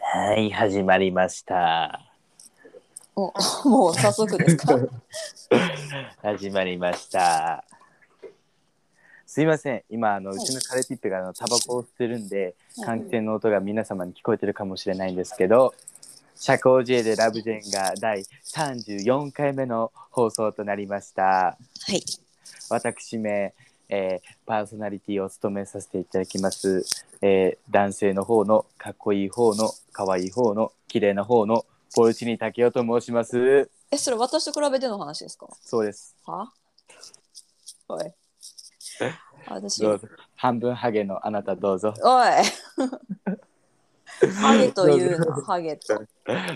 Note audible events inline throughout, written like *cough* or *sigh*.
はい、始まりました。お *laughs* もう早速で *laughs* すか始まりました。すいません、今あの、うちのカレーピッペがあのタバコを吸ってるんで、換気扇の音が皆様に聞こえてるかもしれないんですけど、社交辞令でラブジェンが第34回目の放送となりました。はい私め、えーパーソナリティを務めさせていただきます、えー男性の方のかっこいい方の可愛い方の綺麗な方のポルチニ竹雄と申します。えそれ私と比べての話ですかそうです。はお *laughs* い私どおいうぞ半分ハゲのあなたどうぞ *laughs* ハゲというのはハゲと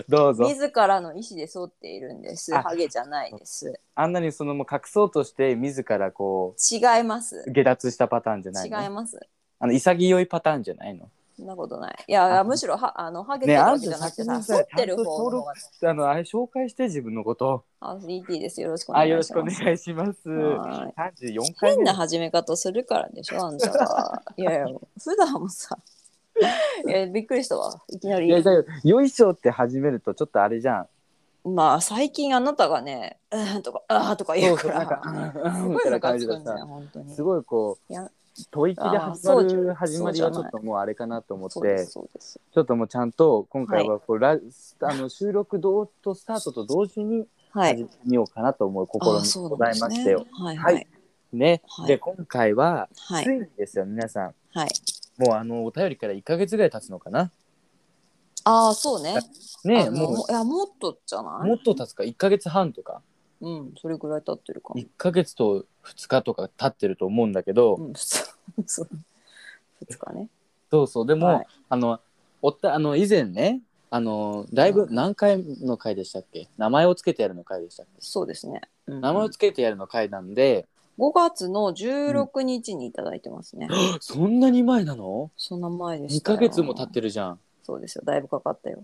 どうぞ自らの意思で剃っているんですあハゲじゃないですあんなにそのもう隠そうとして自らこ違いますう下脱したパターンじゃない違のいますあの潔いパターンじゃないのそんなことないいやあむしろはあのハゲてねるあわんけじたゃなく先てさに剃さってる方ちゃんと登の録あのあれ紹介して自分のことあ DT ですよろしくおあ願いしよまろすしくお願いしますは34回変目な始め方するからで *laughs* しょあんたはいやいや普段もさいやびっくりしたわいきないやりだよよいしょって始めるとちょっとあれじゃんまあ最近あなたがね「うん」とか「あー」とか言うかなん *laughs* らかうんすみごたいいムなカ感つじくでんださよ本当にすごいこいやう吐息であー始そまうじゃる始まりはちょっともうあれかなと思っそうでてすそうですちょっともうちゃんと今回はこう、ラスあの収録どうとスタートと同時には始いめてみようかなと思う試ああみそでうござなんいですましねたよ。はいははいいね、はいで今回は、はいついにですよ皆さんはいもうあのお便りから1か月ぐらい経つのかなああそうねねあのもいやもっとじゃうないもっと経つか1か月半とかうんそれぐらい経ってるか1か月と2日とか経ってると思うんだけど、うんそうそう2日ねそうそうでも、はいあのおったあの以前ねあのだいぶ何回の回でしたっけ名前をつけてやるの回でしたっけそうですねうん名前をつけてやるの回なんで、 5月の16日にいただいてますねそんなに前なのそんな前でし2たヶよ月も経ってるじゃんそうですよだいぶかかったよ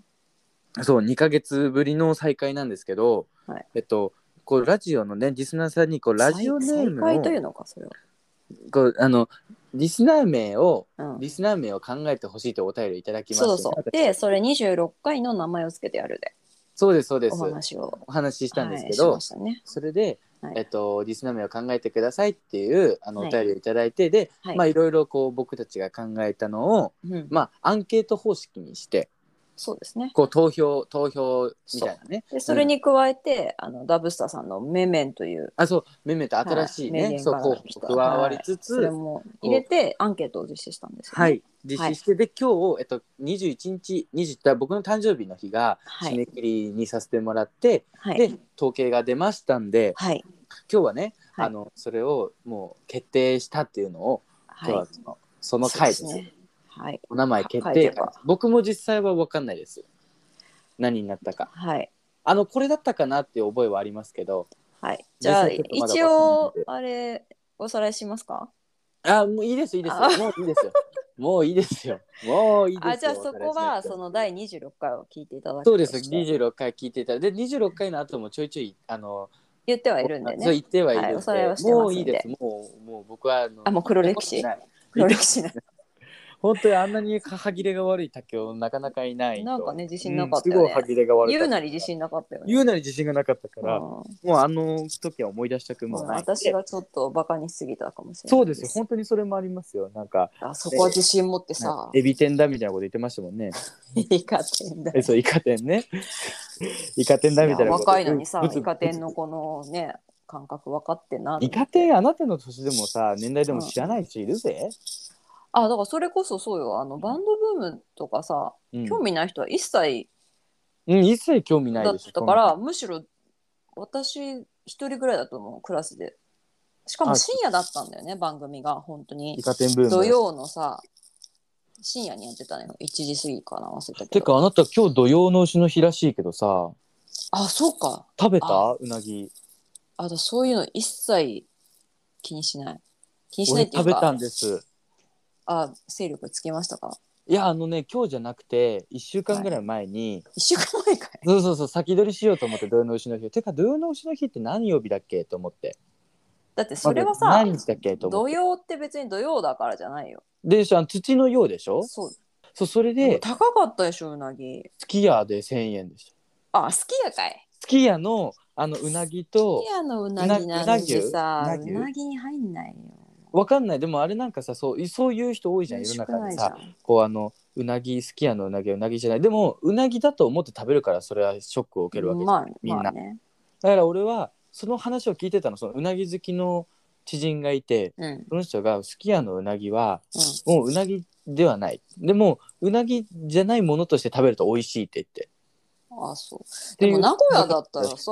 そう2ヶ月ぶりの再会なんですけど、はいえっとこうラジオのねリスナーさんにこうラジオネーム再再開というをのかそれはこうあのリスナー名をうんリスナー名を考えてほしいとお便りいただきまして、そうそう。で、それ26回の名前をつけてやるで、そうですそうですお話をお話ししたんですけはいど、しましたね。それで、はいえっと、リスナー名を考えてくださいっていうあのはおい便りをいただいて、で、、はいいまあいろいろこう僕たちが考えたのを、うん、まあ、アンケート方式にしてそうですね。こう投票投票みたいなねで、それに加えて、あのダブスターさんのメメンという、あそうめめと新しいね、はい名言そうから候補来たも加わりつつ、それも入れてアンケートを実施したんですよね、はい、実施して、で今日、えっと、21日20だ僕の誕生日の日がは締い。め切りにさせてもらって、はい。で統計が出ましたんではい。今日はね、はいあのそれをもう決定したっていうのを今日は。はいその,、その回ですそうね。はい。お名前決書いて定れば僕も実際は分かんないです何になったかはい。あのこれだったかなっていう覚えはありますけどはい。じゃあ、実際ちょっとまだ一応、あれ、おさらいしますかあもういいですいいですよもういいですよもういいですよもういいですよあ、じゃあそこは、そのの第26回を聞いていただくそとうですして26回聞いていただいてで26回の後もちょいちょいあの言ってはいるんでそうね。言ってはいるんで、はいおさらいはしてまもすんでういいです。もうもう僕はあのあ、もう黒歴史。ない黒歴史ね。本当にあんなに歯切れが悪い卓球なかなかいないと。なんかね自信なかったよねうんすごい歯切れが悪い。言うなり自。信なかったよね。言うなり自信がなかったから、うんもうあの時は思い出したくもない。私がちょっとバカにしすぎたかもしれないそうですよ。本当にそれもありますよ。なんかあそこは自信持ってさ、エビ天だみたいなこと言ってましたもん *laughs* ね。イカ天だ。えそうイカ天ね。イカ天だみたいなこと。若いのにさぶ、つイカ天のこのね、感覚分かってんな。イカ天あなたの年でもさ年代でも知らない人いるぜ。あ、だからそれこそそうよ、あのバンドブームとかさ、うん興味ない人は一切うん一切興味なだいっでしょ。たから、むしろ私一人ぐらいだと思う、クラスで。しかも深夜だったんだよね、番組が、本当イに。カ天ブーム。土曜のさ、深夜にやってたのよ、1時過ぎかな、忘れたけてど。かあなた今日土曜の牛の日らしいけどさあ、そうか。食べたあうなぎあとそういうの一切気にしない。気にしない俺っていう食か、べたんですあ、勢力つきましたかいやあのね今日じゃなくて1週間ぐらい前に、一週間前かい。そうそうそう先取りしようと思って土曜の牛の日をてか土曜の牛の日って何曜日だっけと思って *laughs* だってそれはまさず、何日だっけと思っ土て曜って別に土曜だからじゃないよ。でしょあの土のようでしょそう。そうそれでもで高かったでしょうなぎすき家で1000円でしたあ好きやかいすき家のあのうなぎと好きやのうなぎなんてさうなうぎうなぎなぎに入んないよわかんないでもあれなんかさそういそういう人多いじゃん美世味のしく中なでいじさゃんこうあのうなぎ好きやのうなぎはうなぎじゃないでもうなぎだと思って食べるからそれはショックを受けるわけじゃん、まあみんなまあねだから俺はその話を聞いてたのそのうなぎ好きの知人がいてうんうんその人がすき家のうなぎはもううなぎではないでもうなぎじゃないものとして食べると美味しいって言ってあそうてでいうも名古屋だったらだってさ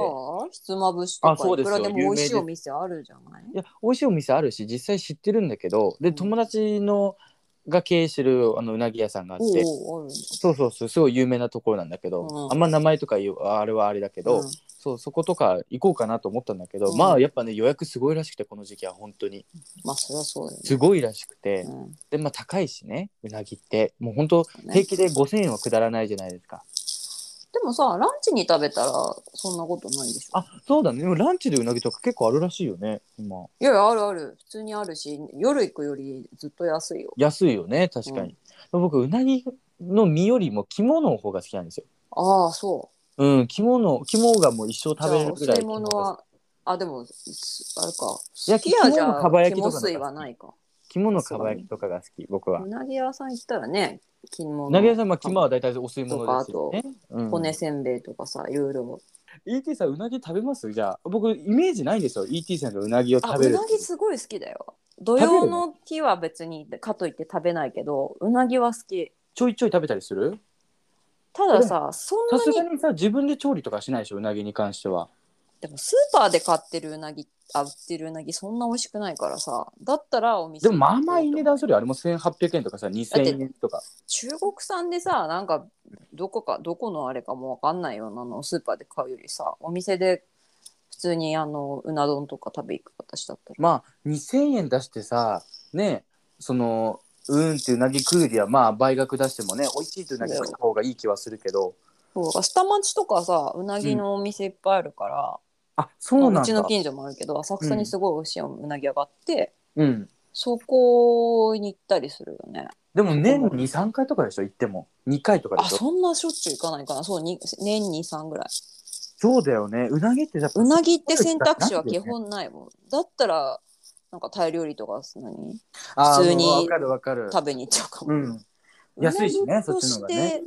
ひつまぶしとあそかうでいすくよらでも美味し有名でいすお店あるじゃないいや美味しいお店あるし実際知ってるんだけどでうん友達のが経営してるあのうなぎ屋さんがあっおておうあるんだそうそうそうすごい有名なところなんだけど、うんあんま名前とか言うあれはあれだけど、うんそうそことか行こうかなと思ったんだけど、うんまあやっぱね予約すごいらしくてこの時期は本当にまあそりゃそうだよねすごいらしくて、うんでまあ高いしねうなぎってもう本当ね平気で5,000円は下らないじゃないですかでもさランチに食べたらそんなことないでしょあそうだねでもランチでうなぎとか結構あるらしいよね今いやいやあるある普通にあるし夜行くよりずっと安いよ安いよね確かに、僕うなぎの身よりも肝の方が好きなんですよああそうん肝の肝がもう一生うじゃ食べれあるおぐらい吸い物はあでもすあれか焼きすき家じゃ肝の蒲焼きとか肝水はないか肝のかば焼きとかが好き僕はうなぎ屋さん行ったらねう金物なぎ屋さんまあ肝は大体お吸いと物かであすよとね、うん、骨せんべいとかさいろいろ ET さんうなぎ食べますじゃあ僕イメージないんですよ ET さんがうなぎをあ食べうるなぎすごい好きだよ土曜の日は別にかといって食べないけどうなぎは好きちょいちょい食べたりするたださそんさなすにがにさ自分で調理とかしないでしょうなぎに関してはでもスーパーで買ってるうなぎあ売ってるうなぎそんな美味しくないからさだったらお店でもにまあ行こうとまあいい値段するよあれも1800円とかさ2000円とか中国産でさなんかどこかどこのあれかもわかんないようなのをスーパーで買うよりさお店で普通にあのうな丼とか食べ行く私だったらまあ2000円出してさねそのうーんってうなぎ食うよりはまあ倍額出してもね美味しいってうなぎ食った方がいい気はするけどそう下町とかさうなぎのお店いっぱいあるから、あそうまあなうんちのだ近所もあるけど浅草にすごい美味しいうなぎ屋があって、うんそこに行ったりするよねでも年に23回とかでしょ行っても2回とかであしょそんなしょっちゅう行かないかなそうに年に3ぐらいそうだよねうなぎってやっぱうなぎって選択肢は基本ないもん。だったら、なんかタイ料理とか何あー普通にわかるわかる食べに行っちゃうかも。うん安いしねうなぎそとっちの方がねして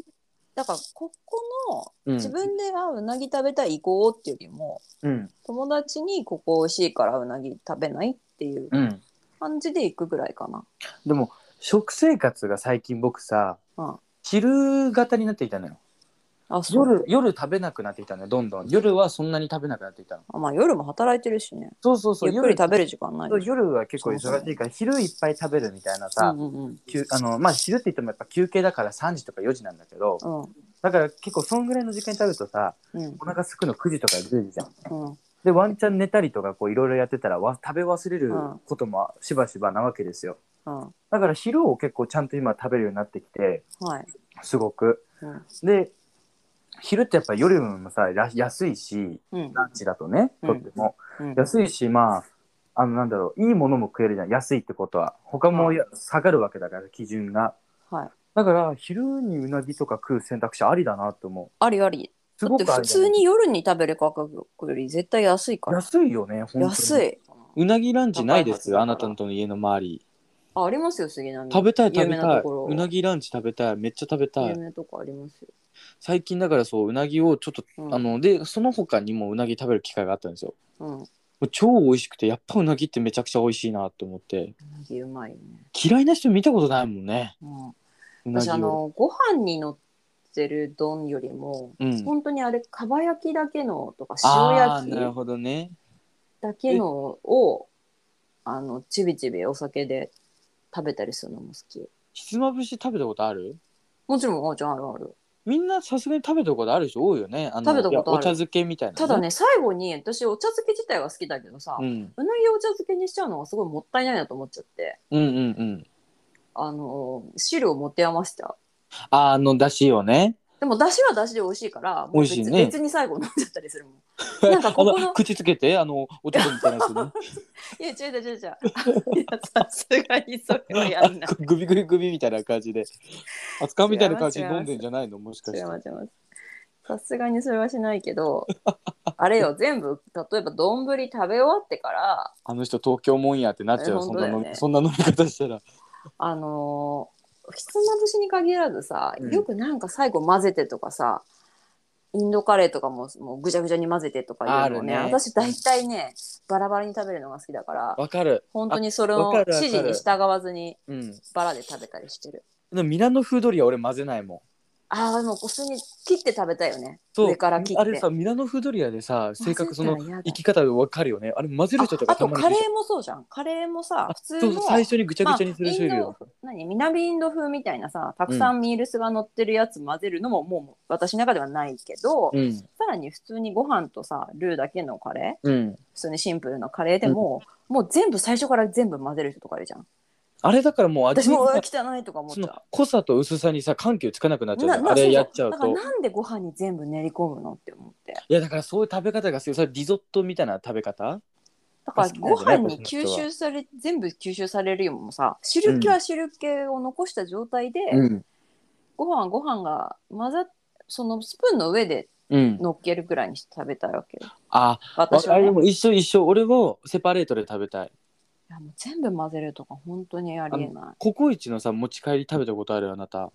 だから、ここうのん自分ではうなぎ食べたい行こうっていうよりも、うん友達にここ美味しいからうなぎ食べないっていううん感じで行くぐらいかな。でも食生活が最近僕さ、うん昼型になっていたのよあ、そう。夜夜食べなくなっていたのよどんどん夜はそんなに食べなくなっていたのあまあ、夜も働いてるしね。そうそうそうゆっくり夜食べる時間ないそうし。夜は結構忙しいから昼いっぱい食べるみたいなさ、うんうんうん休あのまあ、昼って言ってもやっぱ休憩だから3時とか4時なんだけどうだから結構そんぐらいの時間に食べるとさんうんお腹すくの9時とか10時じゃん。うんでワンチャン寝たりとかこういろいろやってたらわ食べ忘れるうんこともしばしばなわけですようんだから昼を結構ちゃんと今食べるようになってきてはい。すごくうんで昼ってやっぱ夜もさら安いしうんランチだとねうんとっても、うん安いしまああのなんだろういいものも食えるじゃん安いってことは他もや下がるわけだから基準がはい。だから昼にうなぎとか食う選択肢ありだなと思うありあり。すだっごてくあ普りだね通に夜に食べる価格より絶対安いから安いよね本当に安いうなぎランチないです高あないはずだからたの家の周りあありますよ杉並食べたい有食べ名たないところうなぎランチ食べたいめっちゃ食べた有い名なとこありますよ、最近だからそううなぎをちょっと、うんあのでその他にもうなぎ食べる機会があったんですようんうもう超美味しくてやっぱうなぎってめちゃくちゃ美味しいなと思ってなぎうまいよね、嫌いな人見たことないもんねううん、な私ぎあをのご飯に乗ってる丼よりも、うん本当にあれかば焼きだけのとかあー塩なる焼きほどねだけのをあのちびちびお酒で食べたりするのも好きひつまぶし食べたことあるもちろんもちろんあるあるみんなさすがに食べたことある人多いよねあの食べたことあるいやお茶漬けみたいなただね最後に私お茶漬け自体は好きだけどさ、うん、うなぎをお茶漬けにしちゃうのがすごいもったいないなと思っちゃってうんうんうんあの汁を持て余したああのだしをねでも出汁は出汁で美味しいからもう別美味しいね別に最後飲んじゃったりするもんなんかここのあの口つけてあの男みたいなやつねいや違う *laughs* 違う違ういやさすがにそれはや *laughs* んないあグビグビグビみたいな感じで熱燗みたいな感じで飲んでんじゃ *laughs* ないのもしかし違いてます違いますさすがにそれはしないけどあれよ全部例えば丼食べ終わってからあの人東京もんやってなっちゃうそえん本当なだよ飲み、ねそんな飲み方したらあのーひつまぶしに限らずさ、うんよくなんか最後混ぜてとかさインドカレーとかももうぐちゃぐちゃに混ぜてとかいうのをねあるね私大体ねバラバラに食べるのが好きだからわかる本当にそれわをかるわかる指示に従わずにうんバラで食べたりしてるミラノ風ドリア俺混ぜないもんああでも普通に切って食べたいよねそう上から切ってあれさミラノフードリアでさ性格その混ぜたら嫌だ生き方でわかるよねあれ混ぜる人とあかあとカいレるーもそうじゃんカレーもさあ普通そのうそう最初にぐちゃぐちゃにする人いるよ、何南インド風みたいなさたくさんミールスが乗ってるやつ混ぜるのももう私の中ではないけど、うんさらに普通にご飯とさルーだけのカレーうん普通にシンプルなカレーでも、もう全部最初から全部混ぜる人とかいるじゃんあれだからもう味私もうにわさ汚いとか思っそちのゃ濃さと薄さにさ緩急つかなくなっうちゃうじゃんなあれそうそうやっちゃうだからとなんでご飯に全部練り込むのって思っていやだからそういう食べ方が好きそれリゾットみたいな食べ方だから好きなんごだね飯に吸収され全部吸収されるよりもさ汁気は汁気を残した状態で、うんご飯はご飯が混ざっそのスプーンの上でうん乗っけるぐらいにして食べたいわけよあ私は、あね、いれも一緒一緒俺をセパレートで食べたいやもう全部混ぜるとか本当にありえないココイチのさ持ち帰り食べたことあるよあなた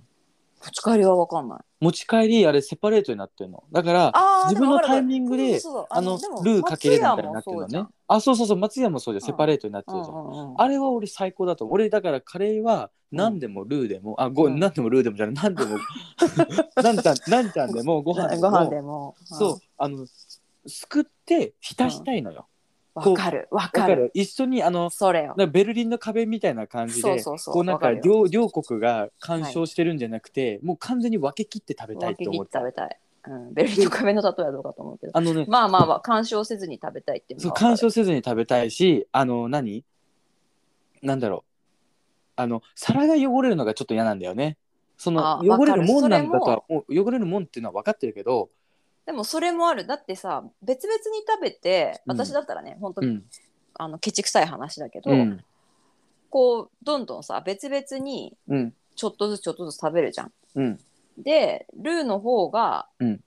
持ち帰りは分かんない持ち帰りあれセパレートになってるのだからあー自分のタイミングでそうそうそうあのでもルーかけれるみたいになってるの松屋ねも。あ、そうそうそう、松屋もそうじゃん、うんセパレートになってそうるじじゃゃんん。うんうんうんあれは俺最高だと思う。俺だからカレーは何でもルーでも、あ、ご、うん何でもルーでもじゃない、何で *laughs* も、なんちゃん、なんちゃんでもご飯でも、ご飯でも、そう、あの、すくって浸したいのよ。うんこうわかるわだかかるら一緒に、あの、それよなんかベルリンの壁みたいな感じでそうそうそうこうなんかわかる両両国が干渉してるんじゃなくて、もう完全に分け切って食べたい分ってけ切思っってた食べたい、うん、ベルリンの壁の例えはどうかと思うけどあのねまあまあまあ干渉せずに食べたいっていうそのうはわかる干渉せずに食べたいしあの何なんだろうあの皿が汚れるのがちょっと嫌なんだよねそのあ汚れるもんなんわだとかるはお汚れるもんっていうのは分かってるけど、でもそれもあるだってさ別々に食べてうん私だったらね、本当、うんあのケチくさい話だけど、うんこうどんどんさ別々にうんちょっとずつちょっとずつ食べるじゃん。うんでルーの方がうん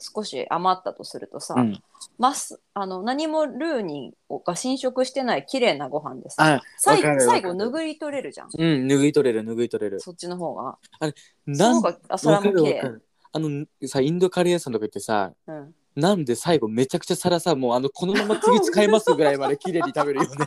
少し余ったとするとさ、うんますあの何もルーにが侵食してない綺麗なご飯でさあ最わかるわかる最後拭い取れるじゃんうん拭い取れる拭い取れるそっちの方がそなのん方があ皿も綺麗、るあのさインドカレー屋さんとか行ってさうん、なんで最後めちゃくちゃ皿さもうあのこのまま次使いますぐらいまで綺麗に食べるよ *laughs* ね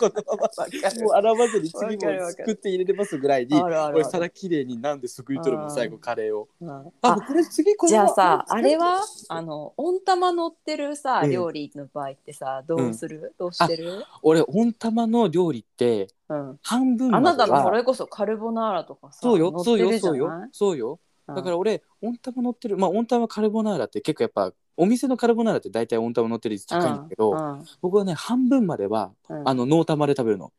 このままさもう洗わずに次わかるもわすかるくって入れれますぐらいにあるあこるれある、皿きれいになんですくい取るの最後カレーを。うんああこれ次これじゃはあさあれはあの温玉乗ってるさうん料理の場合ってさ、どうする、どうしてる、俺温玉の料理ってうん、半分あまなではたのそれこそカルボナーラとかさそうよ乗っそうてるよじそゃうなよいそうよだから俺温玉乗ってるまあ温玉カルボナーラって結構やっぱお店のカルボナーラって大体温玉乗ってる率高いんだけど、うん僕はね半分まではうんあの濃玉で食べるの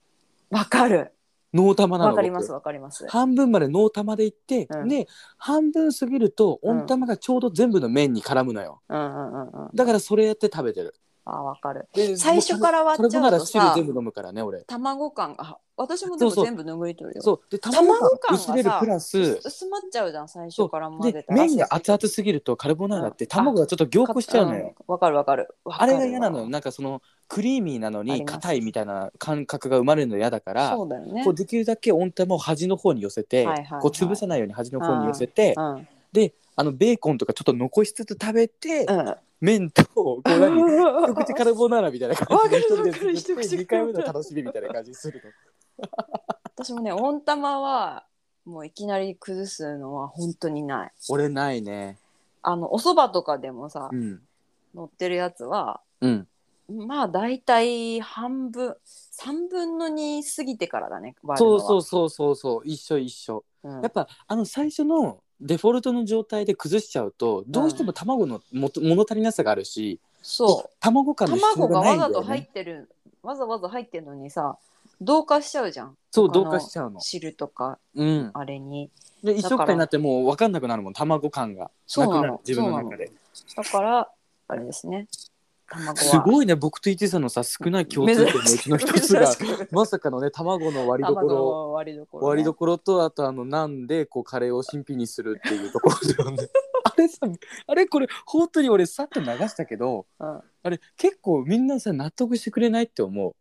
わかる濃玉なのわかります僕わかります半分まで濃玉でいって、うんで半分過ぎると温玉がちょうど全部の麺に絡むのようんうんうんうんだからそれやって食べてるあわかるで最初から割っちゃうカルボナーとラ汁さ全部飲むからね俺卵感があ私もでもそうそう全部拭いとるよそうで卵卵感がが薄れるさプラス薄まっちゃうじゃん最初から混ぜでたら麺が熱々すぎるとカルボナーラって卵がちょっと凝固しちゃうのよ、うんわかるわかるわかあるれわが嫌なのよなんかそのクリーミーなのありにます硬いみたいな感覚が生まれるの嫌だからそうだよねこうできるだけ温玉を端の方に寄せて、はいはいはいこう潰さないように端の方に寄せて、うんであのベーコンとかちょっと残しつつ食べて、うん麺とこう何一 *laughs* 口私カルボナーラみたいな感じでわかるわかる一人で一作口って2回目の楽しみみたいな感じにするの。もね温玉はもういきなり崩すのは本当にない俺ないね。あのお蕎麦とかでもさうん。乗ってるやつはうん。まあ大体半分3分の2過ぎてからだね割るのそうそうはそうそうそう一緒一緒。うんやっぱあの最初のデフォルトの状態で崩しちゃうとどうしても卵のもと物足りなさがあるし、そう卵感の必卵要ががないわんだざとよ入ね。ってるわざわざ入ってるのにさ同化しちゃうじゃんそう他の同化しちゃうの。汁とかうん。あれにで一食感になってもう分かんなくなるもん卵感がそうなのくる自分の中でだからあれですね卵はすごいね僕と伊てさんのさ少ない共通点のうちの一つが珍しくまさかのね卵の割りどこ卵ろの割りどころ、ね、割りどころとあとあのなんでこうカレーを新品にするっていうところだよね *laughs* あれさあれこれ本当に俺さっと流したけどうんあれ結構みんなさ納得してくれないって思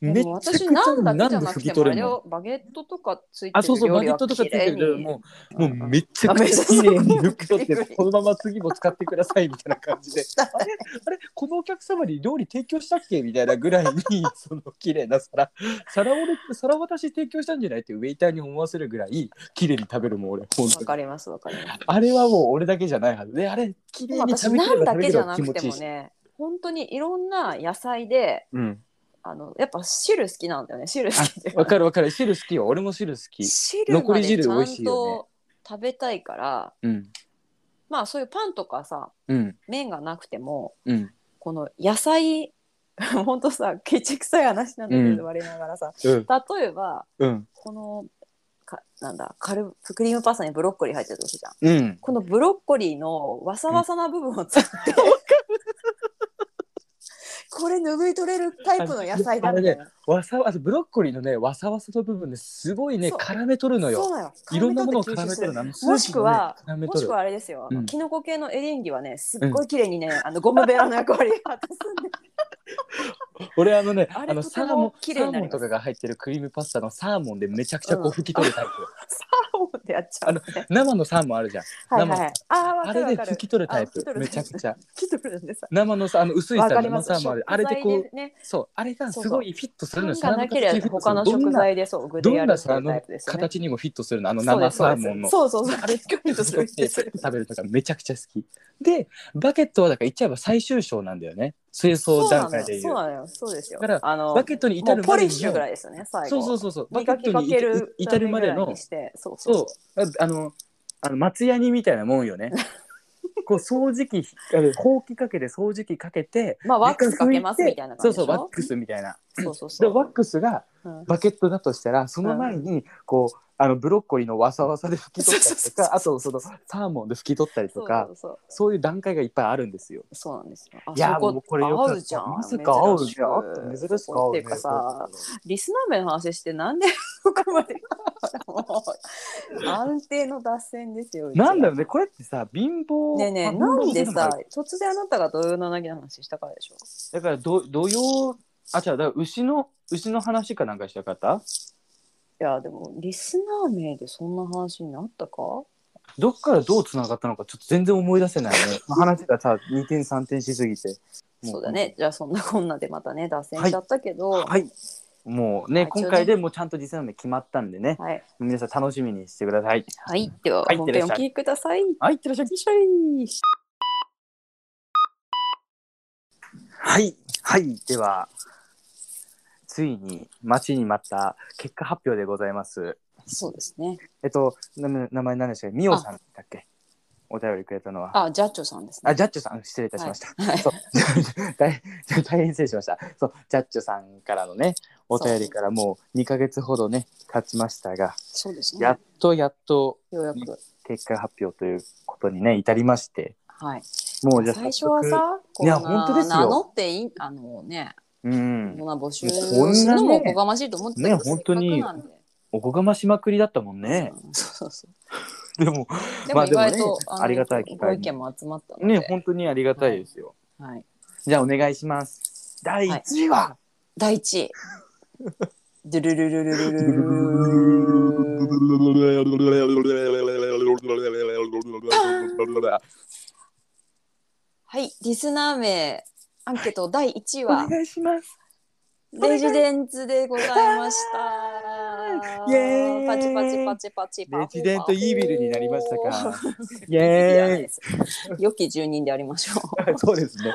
うめでっちもゃくち私ゃなんだなけじんゃでな拭くきてもあ取れれるのをバゲットとかついてあそうそるうバ料ゲ理ットはとかつい綺てる麗けどにもううもんうめちゃくちゃ綺麗 *laughs* に抜き取ってこのまま次も使ってくださいみたいな感じであれあれこのお客様に料理提供したっけみたいなぐらいにその綺麗な *laughs* 皿皿を皿渡し提供したんじゃないってウェイターに思わせるぐらい綺麗に食べるもん俺本当わにかりますわかりますあれはもう俺だけじゃないはずであれ綺でも麗に私食べなてんるだ食べけてじるゃがな気持くてちいいもし、ね本当にいろんな野菜でうん、あのやっぱ汁好きなんだよね汁好きでわかるわかる汁好きよ俺も汁好き汁残まりで汁ち美ゃ味しいんよと食べたいからうんまあそういうパンとかさうん麺がなくてもうんこの野菜 *laughs* ほんとさケチくさい話なんだけうど我ながらさ、うん例えばうんこのかなんだカルクリームパスタにブロッコリー入ってるとするじゃんうんこのブロッコリーのわさわさな部分を使って、これ拭い取れるタイプの野菜だみたいな、わさあとブロッコリーのねわさわさの部分ですごいねそう絡め取るのそうよなのいろんなものを絡め取るのあのもしくはスープもね絡めも取しるくはあれですよ、うんキノコ系のエリンギはねすっごい綺麗にね、あのゴムベラの役割を果たすんで俺あのねああれのとてもサーモンサ綺麗ーになりモまンすとかが入ってるクリームパスタのサーモンでめちゃくちゃこう拭き取るタイプ、サーモンでやっちゃう、ね、生のサーモン *laughs* あるじゃんは生いはいあーわあかれるわでか拭るき取るタイあ拭きプ取るめちゃくちゃ拭き取るんでさ生のさあの薄いさわかりま生すサーモンあるあれでこう食材ねそうあれがすごいフィットするのよパンがなければ他の食材でそう具どでんやなるっていさうタイのプですよね形にもフィットするのあのそうで生すサーモンのそうですそうそうあれそうそうそう取って食べるとかめちゃくちゃ好きでバケットはだから言っちゃえば最終章なんだよね清掃段階でそ言ううなのよそうなのよそうですよだからあのバケットに至もるうポまリでッにシュぐらいですよね最後そうそうそうそうバケ磨ッきトかにける至るまでぐらのいにしてそうそうそうああのあの松ヤニみたいなもんよ *laughs* ねこう掃除機あのほうきかけて掃除機かけてまあワックスかけますみたいな感じでしそうょそうワックスみたいなそうそうでそうワックスがうんバケットだとしたらその前にこう、あのブロッコリーのわさわさで拭き取ったりとかあとそのサーモンで拭き取ったりとかそうそうそういう段階がいっぱいあるんですよ。そうそうなんですよあいやそこもうこれよか合ったうじゃんまさか合う珍しじくゃんあった珍しく合うねっていうかさリスナー名の話してなんでここまでもう安定の脱線ですようちらなんだろうねこれってさ貧乏ねえねえまあ貧乏なんででもあさる突然あなたが土曜のなぎの話したからでしょだからど土曜あ違うだから牛の牛の話かなんかしたかったいやでもリスナー名でそんな話になったかどっからどうつながったのかちょっと全然思い出せない *laughs* ね話がさ2点3点しすぎてもそうだねじゃあそんなこんなでまたね脱線しちゃったけど、はいはいもうね、はい今回でもうちゃんと実際の目決まったんでねはい皆さん楽しみにしてくださいでははい本編お聞きください。はいいってらっしゃいはい、はい、では、ついに待ちに待った結果発表でございます。そうですね。えっと、な名前何でしたっけみおさんだっけお便りくれたのは。ああジャッジョさんですね。ジャッジョさん、失礼いたしました。はいはいそう *laughs* 大大変失礼しました。そう、ジャッジョさんからのね、お便りからもう2ヶ月ほどね、経ちましたが、そうですね。やっとやっとようやく。結果発表ということにね、至りまして、はい。もうじゃあ最初は早速、さ、いやこんな本当ですよ名乗っていいあのね、うんこん、な募集こんなねするのもおこがましいと思ってたけどね本当にせっかくなんでおこがましまくりだったもんね。うんそうそうそでも、う。でまもあ意外でもとねのありがたい機ご会意に見も集まったのね、で。本当にありがたいですよ。はい。じゃあお願いします。第一位は、第一位。ドゥルルルルルルルルルはい、リスナー名アンケート第1位はお願いします。レジデンツでございました。イエーイパチパチパチパチパレチ。ジデントイービルになりましたか。イイエ良き住人でありましょーイ。 *laughs* そうですね。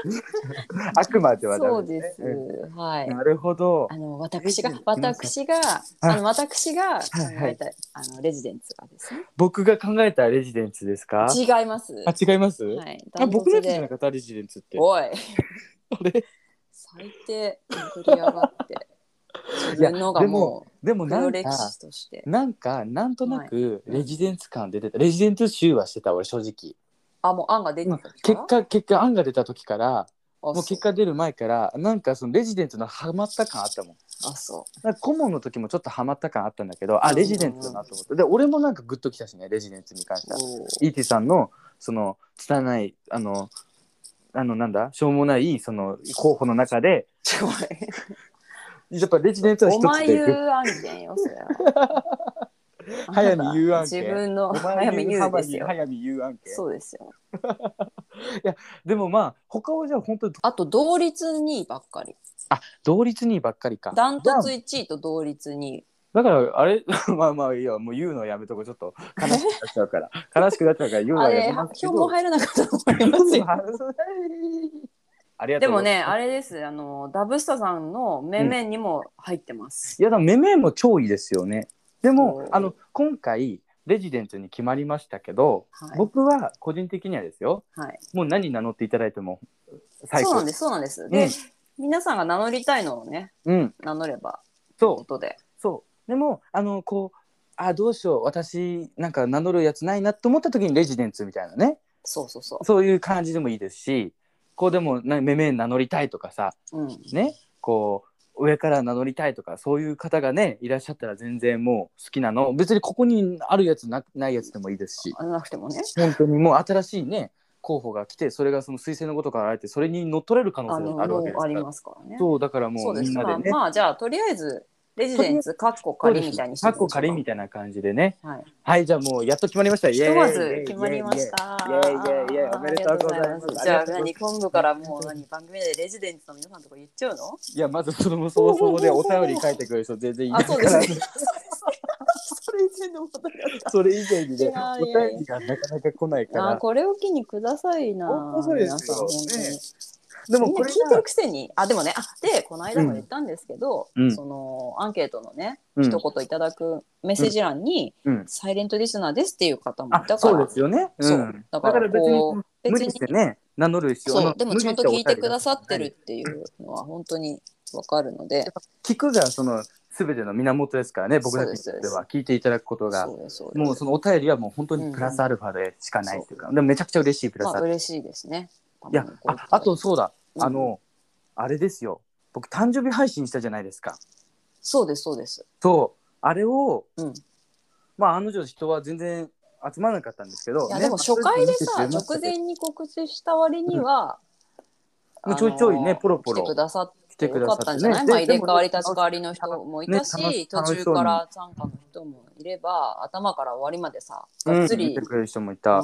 あくまでう。はそダうメでですすね。うん。はい。なるほどあ。の私レジデがント私があの私が考はいはいえたあのレジデンツがですね。僕が考えたレジデンツですか。違います。あ、違います。はい。あ、僕のやつじゃ断なトツかったレジデンツってで。。おい、あれ。最低。めくり上がって。自分のがでももでもうな黒ん歴か史としてなんかなんとなくレジデンス感出てた、レジデンス集はしてた俺正直あもう案が出てたから結果結果案が出た時からあもう結果出る前からなんかそのレジデンスのハマった感あったもんそうあそなんか顧問の時もちょっとハマった感あったんだけどあレジデンスだなと思ってで俺もなんかグッときたしねレジデンスに関してはうおー E.T. さんのその拙いあのあのなんだしょうもないその候補の中でちょおいやっぱレジデンスは一お前つで言う案件よ、それは。 *laughs* 早見言う案件自分のお早前見言う言う浜でにすよ。早見言う案件そうですよ。でもまあ他はじゃあ本当にあと同率2位ばっかり。同率にばっかりかダントツだ1位と同率2位。だからあれ *laughs* まあまあいいやもう言うのやめとこうちょっと悲しくなっちゃうから悲しくなっちゃうから言うのあはやれ、めま発すけ表ども入らなかったと思い *laughs* ますよ。ありがとでうもございね、ますあれです。あの、ダブスタさんの面々にも入ってます。いやだめめも超いいですよねでそうもあの今回レジデントに決まりましたけど、はい。僕は個人的にはですよはい、もう何名乗っていただいても最そう高なんです、そうなんです。で、皆さんが名乗りたいのをね、うん、うん、名乗れば、そうことで。そうでもあのこうあどうしよう私なんか名乗るやつないなと思った時にレジデンツみたいなねそうそうそそういう感じでもいいですしこうでもなめめ名乗りたいとかさう。うん。ねこう上から名乗りたいとかそういう方がねいらっしゃったら全然もう好きなの別にここにあるやつなないやつでもいいですしなくてもね。本当にもう新しいね候補が来てそれがその推薦のことからあえてそれに乗っ取れる可能あ性の、があるわけですあかりらますからね。そうだからもそううでみすんまなであ、ねまあじゃあとりあえずレジデンツかっこ仮みたいにしてかっこ仮みたたいな感じでねいはいはいじゃあもうやっと決まりましたひとまず決まりましたイエーイイエーイイエーイイエーイおめでとうございますありがとうござじゃあありがとうございます何今度からもう何番組でレジデンツの皆さんのとこ言っちゃうのいやまずその早々でお便り書いてくれる人全然いなあいかそうらですねそれ以前のことそれ以前にね、お違うよ便りがなかなか来ないか *laughs* だあら。これを機にくださいな本当そうですよ皆さん本当にねでみもんこなれ聞いてるが、くせにあでもねあでこの間も言ったんですけど、うんそのアンケートのねうん一言いただくメッセージ欄に、うんサイレントリスナーですっていう方もいたからあそうですよね。そううんだだかからら別にこう無別理にしてね、名乗る必要そうあのでもちゃんと無聞理しいておて便りくださってるっていうのは本当にわかるので、聞くがその全ての源ですからね、僕たちそうですでは聞いていただくことがそ。うですそうですもうそのお便りはもう本当にプラスアルファでしかないっていうか、でもめちゃくちゃ嬉しいプラまスアあルファ。嬉しいですね。いやたまにこうあ、あとそうだ、うんあの、あれですよ。僕誕生日配信したじゃないですか。そうですそうです。そう、あれを、うんまあ、案の定人は全然集まらなかったんですけど、いやねでも初回でまさあそれぞれ見てくれました直けど前に告知した割には、うんもうちょいちょいねあのポロポロ来てくださって。来てくよだかさっってたんねじゃない、まあ、で入れ替わりでも立ち替わりの人もいたし、ね楽し途楽し中そうにから参加の人もいれば頭から終わりまでさうんがっつり、見てくれる人もいうんた、い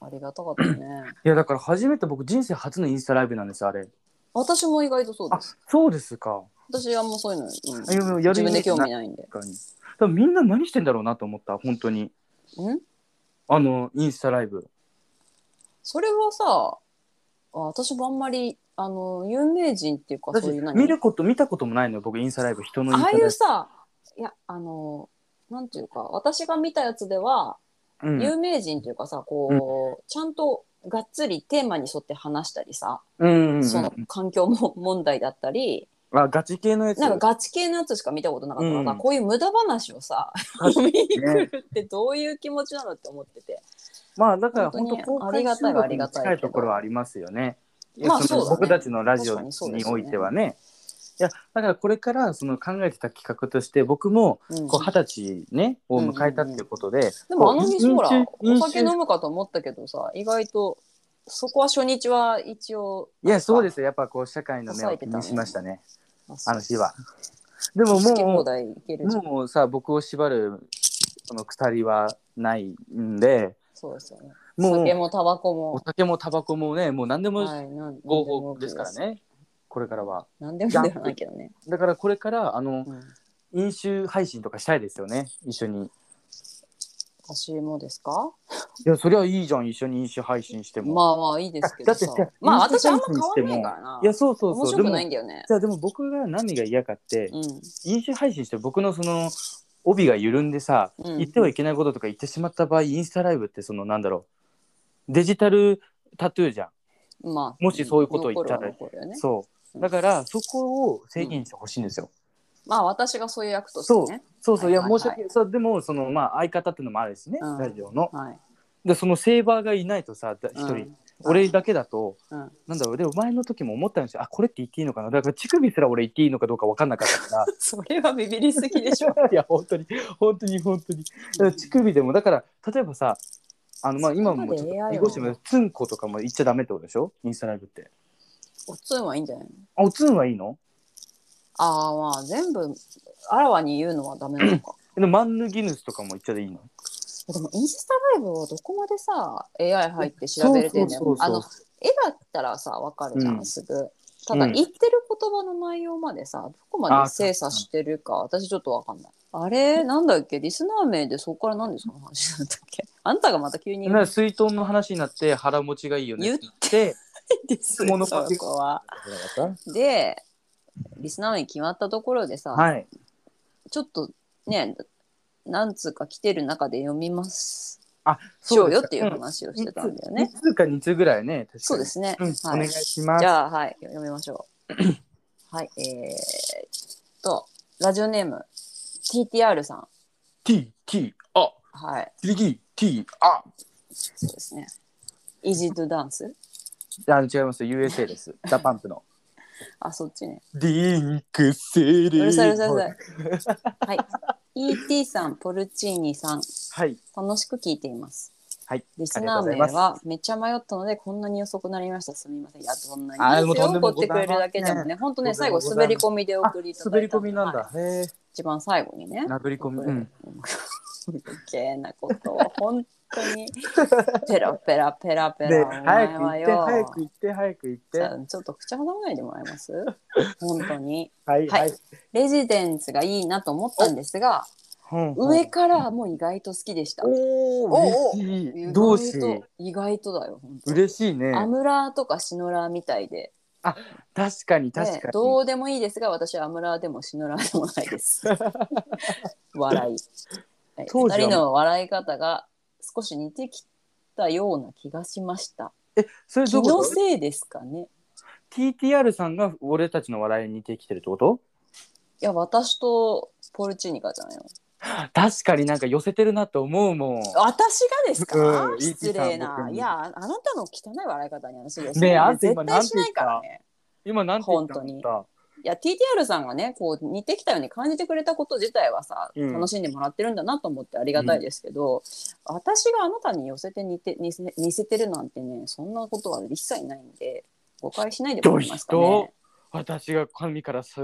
ありがたかったねやだから初めて僕人生初のインスタライブなんですよあれ私も意外とそうですそうですか私はもうそういうの、うんいややる自分イメでージ興な味いないんで確かに多分みんな何してんだろうなと思った本当にうんあのインスタライブそれはさあ私もあんまりあの有名人っていうかそう私いう何見ること見たこともないのよ僕インスタライブ人のインスあタあライいブうさいやあのなんていうか私が見たやつでは、有名人というかさこう、ちゃんとがっつりテーマに沿って話したりさ、うんうんうんその環境も問題だったりあガチ系のやつなんかガチ系のやつしか見たことなかったからさ、うんこういう無駄話をさ、確 *laughs* 見に来るってどういう気持ちなのって思っててまあだから本本当当に公あ開りが収たいはあ録りにがたいけ近どいところはありますよね。いやまあそのそうだね僕たちのラジオ確かにそうでにすよおねいてはね。いやだからこれからその考えてた企画として僕もうんこう二十歳ね、うんを迎えたっていうことで、でもあのこ日うほら飲酒お酒飲酒飲むかと思ったけどさ意外とそこは初日は一応いやそうですよやっぱこう社会の目抑えをて気たねにしましたねああの日は。でも好き放も題いけるうじゃんもうさ僕を縛るその鎖はないんでそうですよねもう酒もタバコおも酒もタバコもねもう何でもはいなん合法ですからね、これからは。何でも OK です何でもではないけどね、だからこれからあのうん飲酒配信とかしたいですよね一緒に私もですかいやそりゃいいじゃん一緒に飲酒配信しても、まあまあいいですけどさだってまあ飲酒私あんま配信変わしてんもないからないやそうそう面そう白くもないじんだよねゃあでも僕が何が嫌かって、うん飲酒配信して僕のその帯が緩んでさ、うん言ってはいけないこととか言ってしまった場合インスタライブってそのなんだろうデジタルタトゥーじゃん、まあもしそういうことを言ったら残るは残るよねそうだからそこを制限してほしいんですよ、まあ私がそういう役としてそうね。そうそういやはいはいは申しい訳ないそうでもそのまあ相方ってのもあるしねうんラジオのはい。でそのセーバーがいないとさだ一う人ん俺だけだとうんなんだろうでも前の時も思ったんですよあこれって言っていいのかなだから乳首すら俺言っていいのかどうか分かんなかったからそれはビビりすぎでしょ。 *laughs* いや本当に本当に本当にだから乳首でもだから例えばさあのまあ今もちょっとそこまで AI を濁してますつんことかも言っちゃダメってことでしょインスタライブっておつんはいいんじゃないのあおつんはいいのああまあ全部あらわに言うのはダメなのか。でもマンヌギヌスとかも言っちゃでいいのでもインスタライブをどこまでさ AI 入って調べれてんだそよう。そうあそうのそう絵だったらさわかるじゃん、うんすぐ。ただうん言ってる言葉の内容までさどこまで精査してるか私ちょっとわかんない。あれなんだっけリスナー名でそこから何でその話だったっけあんたがまた急に言なんうか水筒の話になって腹持ちがいいよね言っってて言ってんです *laughs* 物そ書きこは。でリスナー名決まったところでさ、はいちょっとね何通か来てる中で読みますあしょそううですよかっていう話をしてたんだよね。 2通か2通ぐらいね確かにそうですね。うんはいお願いしますじゃあ、はい、読みましょう。 *coughs* はい、えー、っと、ラジオネーム、TTR さん。 TT あはい、 TT あそうですね。Easy to dance? あ違います USA ですダパン *laughs* プのあ、そっちね。リンクセリうるさいうるさいうるさ *laughs* い。はい。ET さん、ポルチーニさん、はい楽しく聞いています。はいリスナーありがとうご名ざいはめっちゃ迷ったのでこんなに遅くなりましたすみませんいやどんなあーにいもういですとよんでも怒ってくれるだけじゃんね本当ね最後滑り込みでおあ送りいただいた滑り込みなんだはへえい一番最後にね殴り込みううんん *laughs* 余計なことを本当にペラペラペラペでラお早前く行はって早よく行って早く行ってじゃあちょっと口挟まないでもらえます本当にはいははいいレジデンツがいいなと思ったんですが上からも意外と好きでしたおおお嬉ーし意い外どとうしよ意外とだよ本う当嬉しいねアムラーとかシノラーみたいで、確かにね確かにどうでもいいですが私はアムラーでもシノラーでもないです *laughs* 笑いはい当時は二人の笑い方が少し似てきたような気がしましたえそれ気どこのせいですかね TTR さんが俺たちの笑いに似てきてるってこといや私とポルチーニカじゃないの確かになんか寄せてるなと思うもん私がですか、うん失言い礼な切った僕いにやああなたの汚い笑い方に私寄せねえあんた絶今対しないからなんてね今なんて言った本ん当だいや TTR さんがねこう似てきたように感じてくれたこと自体はさ、うん楽しんでもらってるんだなと思ってありがたいですけど、私があなたに寄せて似て似せ似せてるなんてねそんなことは一切ないんで誤解しないでもらえますかどうねし。私が神からさ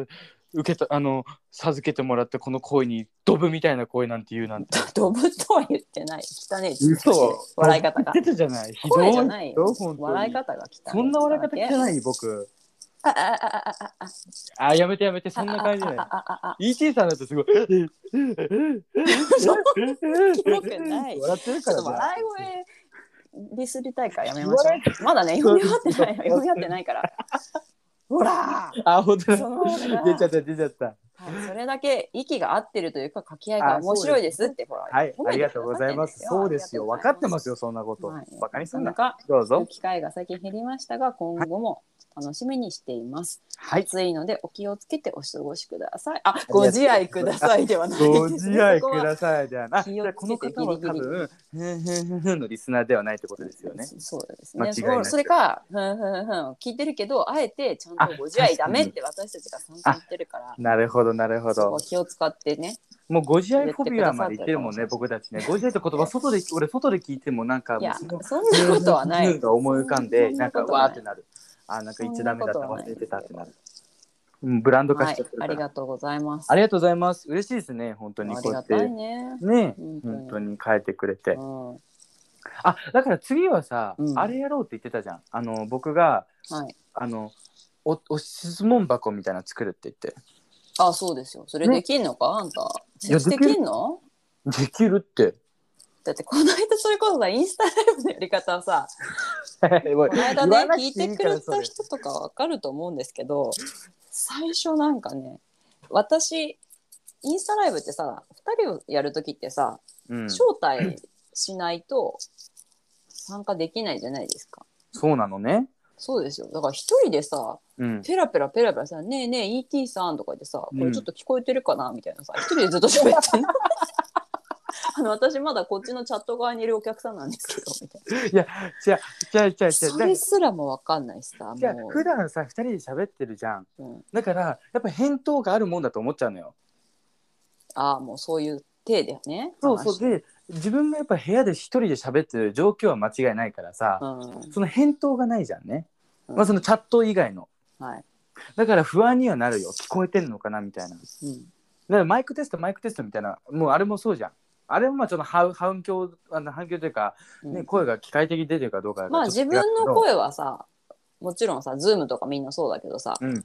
受けたあの授けてもらったこの声にドブみたいな声なんて言うなんてドブとは言ってない汚いって言ってる嘘笑い方が言ってたじゃないひど声いじゃないよよ本当に笑い方が汚いそんな笑い方じゃない僕ああああああああやめてやめてそんな感じじゃあなああああい ET さんだとすごい黒くない笑ってるちかょっらとじゃん笑い声ディスりたいからやめましょう。まだね、そ読うみ終わってないよ。読み終わってないから。ほら *laughs* あ本当その方だが出ちゃった出ちゃったはい、それだけ息が合ってるというか、掛け合いが面白いですって、ほら。はい褒ありめてがくとださってんうございますそうですよ分かってますよ。そんなことはいバカにすそんんななんか、どうぞ機会が最近減りましたが、今後も楽しみにしています。はい暑いので、お気をつけてお過ごしください。あ、とうごござ自います愛くださいではないですねご自愛そこくはださいじゃああ気をじゃつけてあこの方は多分ふんふんふんふんのリスナーではないってことですよねそうです間ね。違いなそうくそれか、ふんふんふん、聞いてるけど、あえてちゃんとご自愛ダメって私たちが散々言ってるから、なるほどなるほそこどは気を使ってね。もうご自愛フォビアまで言ってるもん言ねって僕たちねご自愛って言葉 *laughs* 外で俺外で聞いてもなんかいや、もうそんなことはない。が思い浮かんでそなんかことわはーってなるあなんか言っちゃダメだった忘れてたってなるそうんブランド化はしちいゃって、るあかりらがとうございます。ありがとうございます嬉しいですね本当にあこりうやがってたいねね。本当に本当に変えてくれてうん、はあだから次はさ、うんあれやろうって言ってたじゃんあの僕がい。あのおお質問箱みたいなの作るって言って *laughs* あ、そうですよ。それできんのか、あんた。いやできんのできるってだってこの間それこそさインスタライブのやり方をさこ *laughs* この *laughs* 間ね聞いてくれた人とかわかると思うんですけど最初なんかね私インスタライブってさ2人をやる時ってさうん、そ招待しないと参加できないじゃないですか。うなのねそうですよだから一人でさうん。ペラペラペラペラさ「ねえねえ ET さん」とか言ってさ「うんこれちょっと聞こえてるかな?」みたいなさ一人でずっと喋ってんの *laughs* あの私まだこっちのチャット側にいるお客さんなんですけどみたいなじゃあ、じゃあ、じゃあ、じゃあそれすらも分かんないしさじゃあも普段さ、二人で喋ってるじゃん。う、うん、だから、やっぱ返答があるもんだと思っちゃうのよ。ああもうそういう体でねそうそう。話で、自分がやっぱ部屋で一人で喋ってる状況は間違いないからさ、うんその返答がないじゃんね。うんまあ、そのチャット以外の。はいだから不安にはなるよ。聞こえてるのかなみたいな。だかうんらマイクテスト、マイクテストみたいな、もうあれもそうじゃん。あれもまあちょっと反反響、あの反響というか、うんね、声が機械的に出てるかどうかがまあちょ自っと違うけど分の声はさもちろんさズームとかみんなそうだけどさ、うん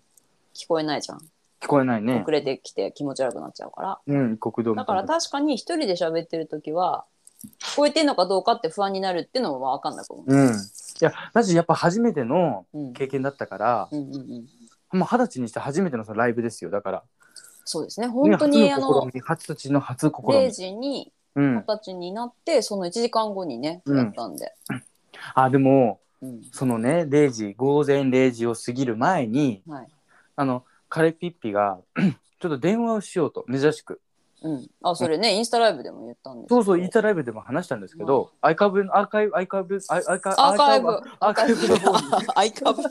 聞こえないじゃん聞こえないね遅。れてきて気持ち悪くなっちゃうから、うん、一国道だから確かに一人で喋ってる時は聞こえてんのかどうかって不安になるってのも分かんなく思う、うん。いや、だしやっぱ初めてのうん、経験だったから、うんうんうんもう二十歳にして初めてのそのライブですよ。だから、そうですね本当に、ねあ初のの試み、初土の初試0み。時にう二ん十。歳になってその1時間後にねうんやったんで、あ、でも、うんそのね、0時、午前0時を過ぎる前に、はいあの、カレピッピが、 *clears throat* ちょっと電話をしようと、珍しく。うん、あそれねインスタライブでも言ったんですけそどうそう、イータライブでも話したんですけど、アイカブ、アーカイブ、アイカブ、アイアイカアーカイブアーカイブの方に、 *laughs* アイカブ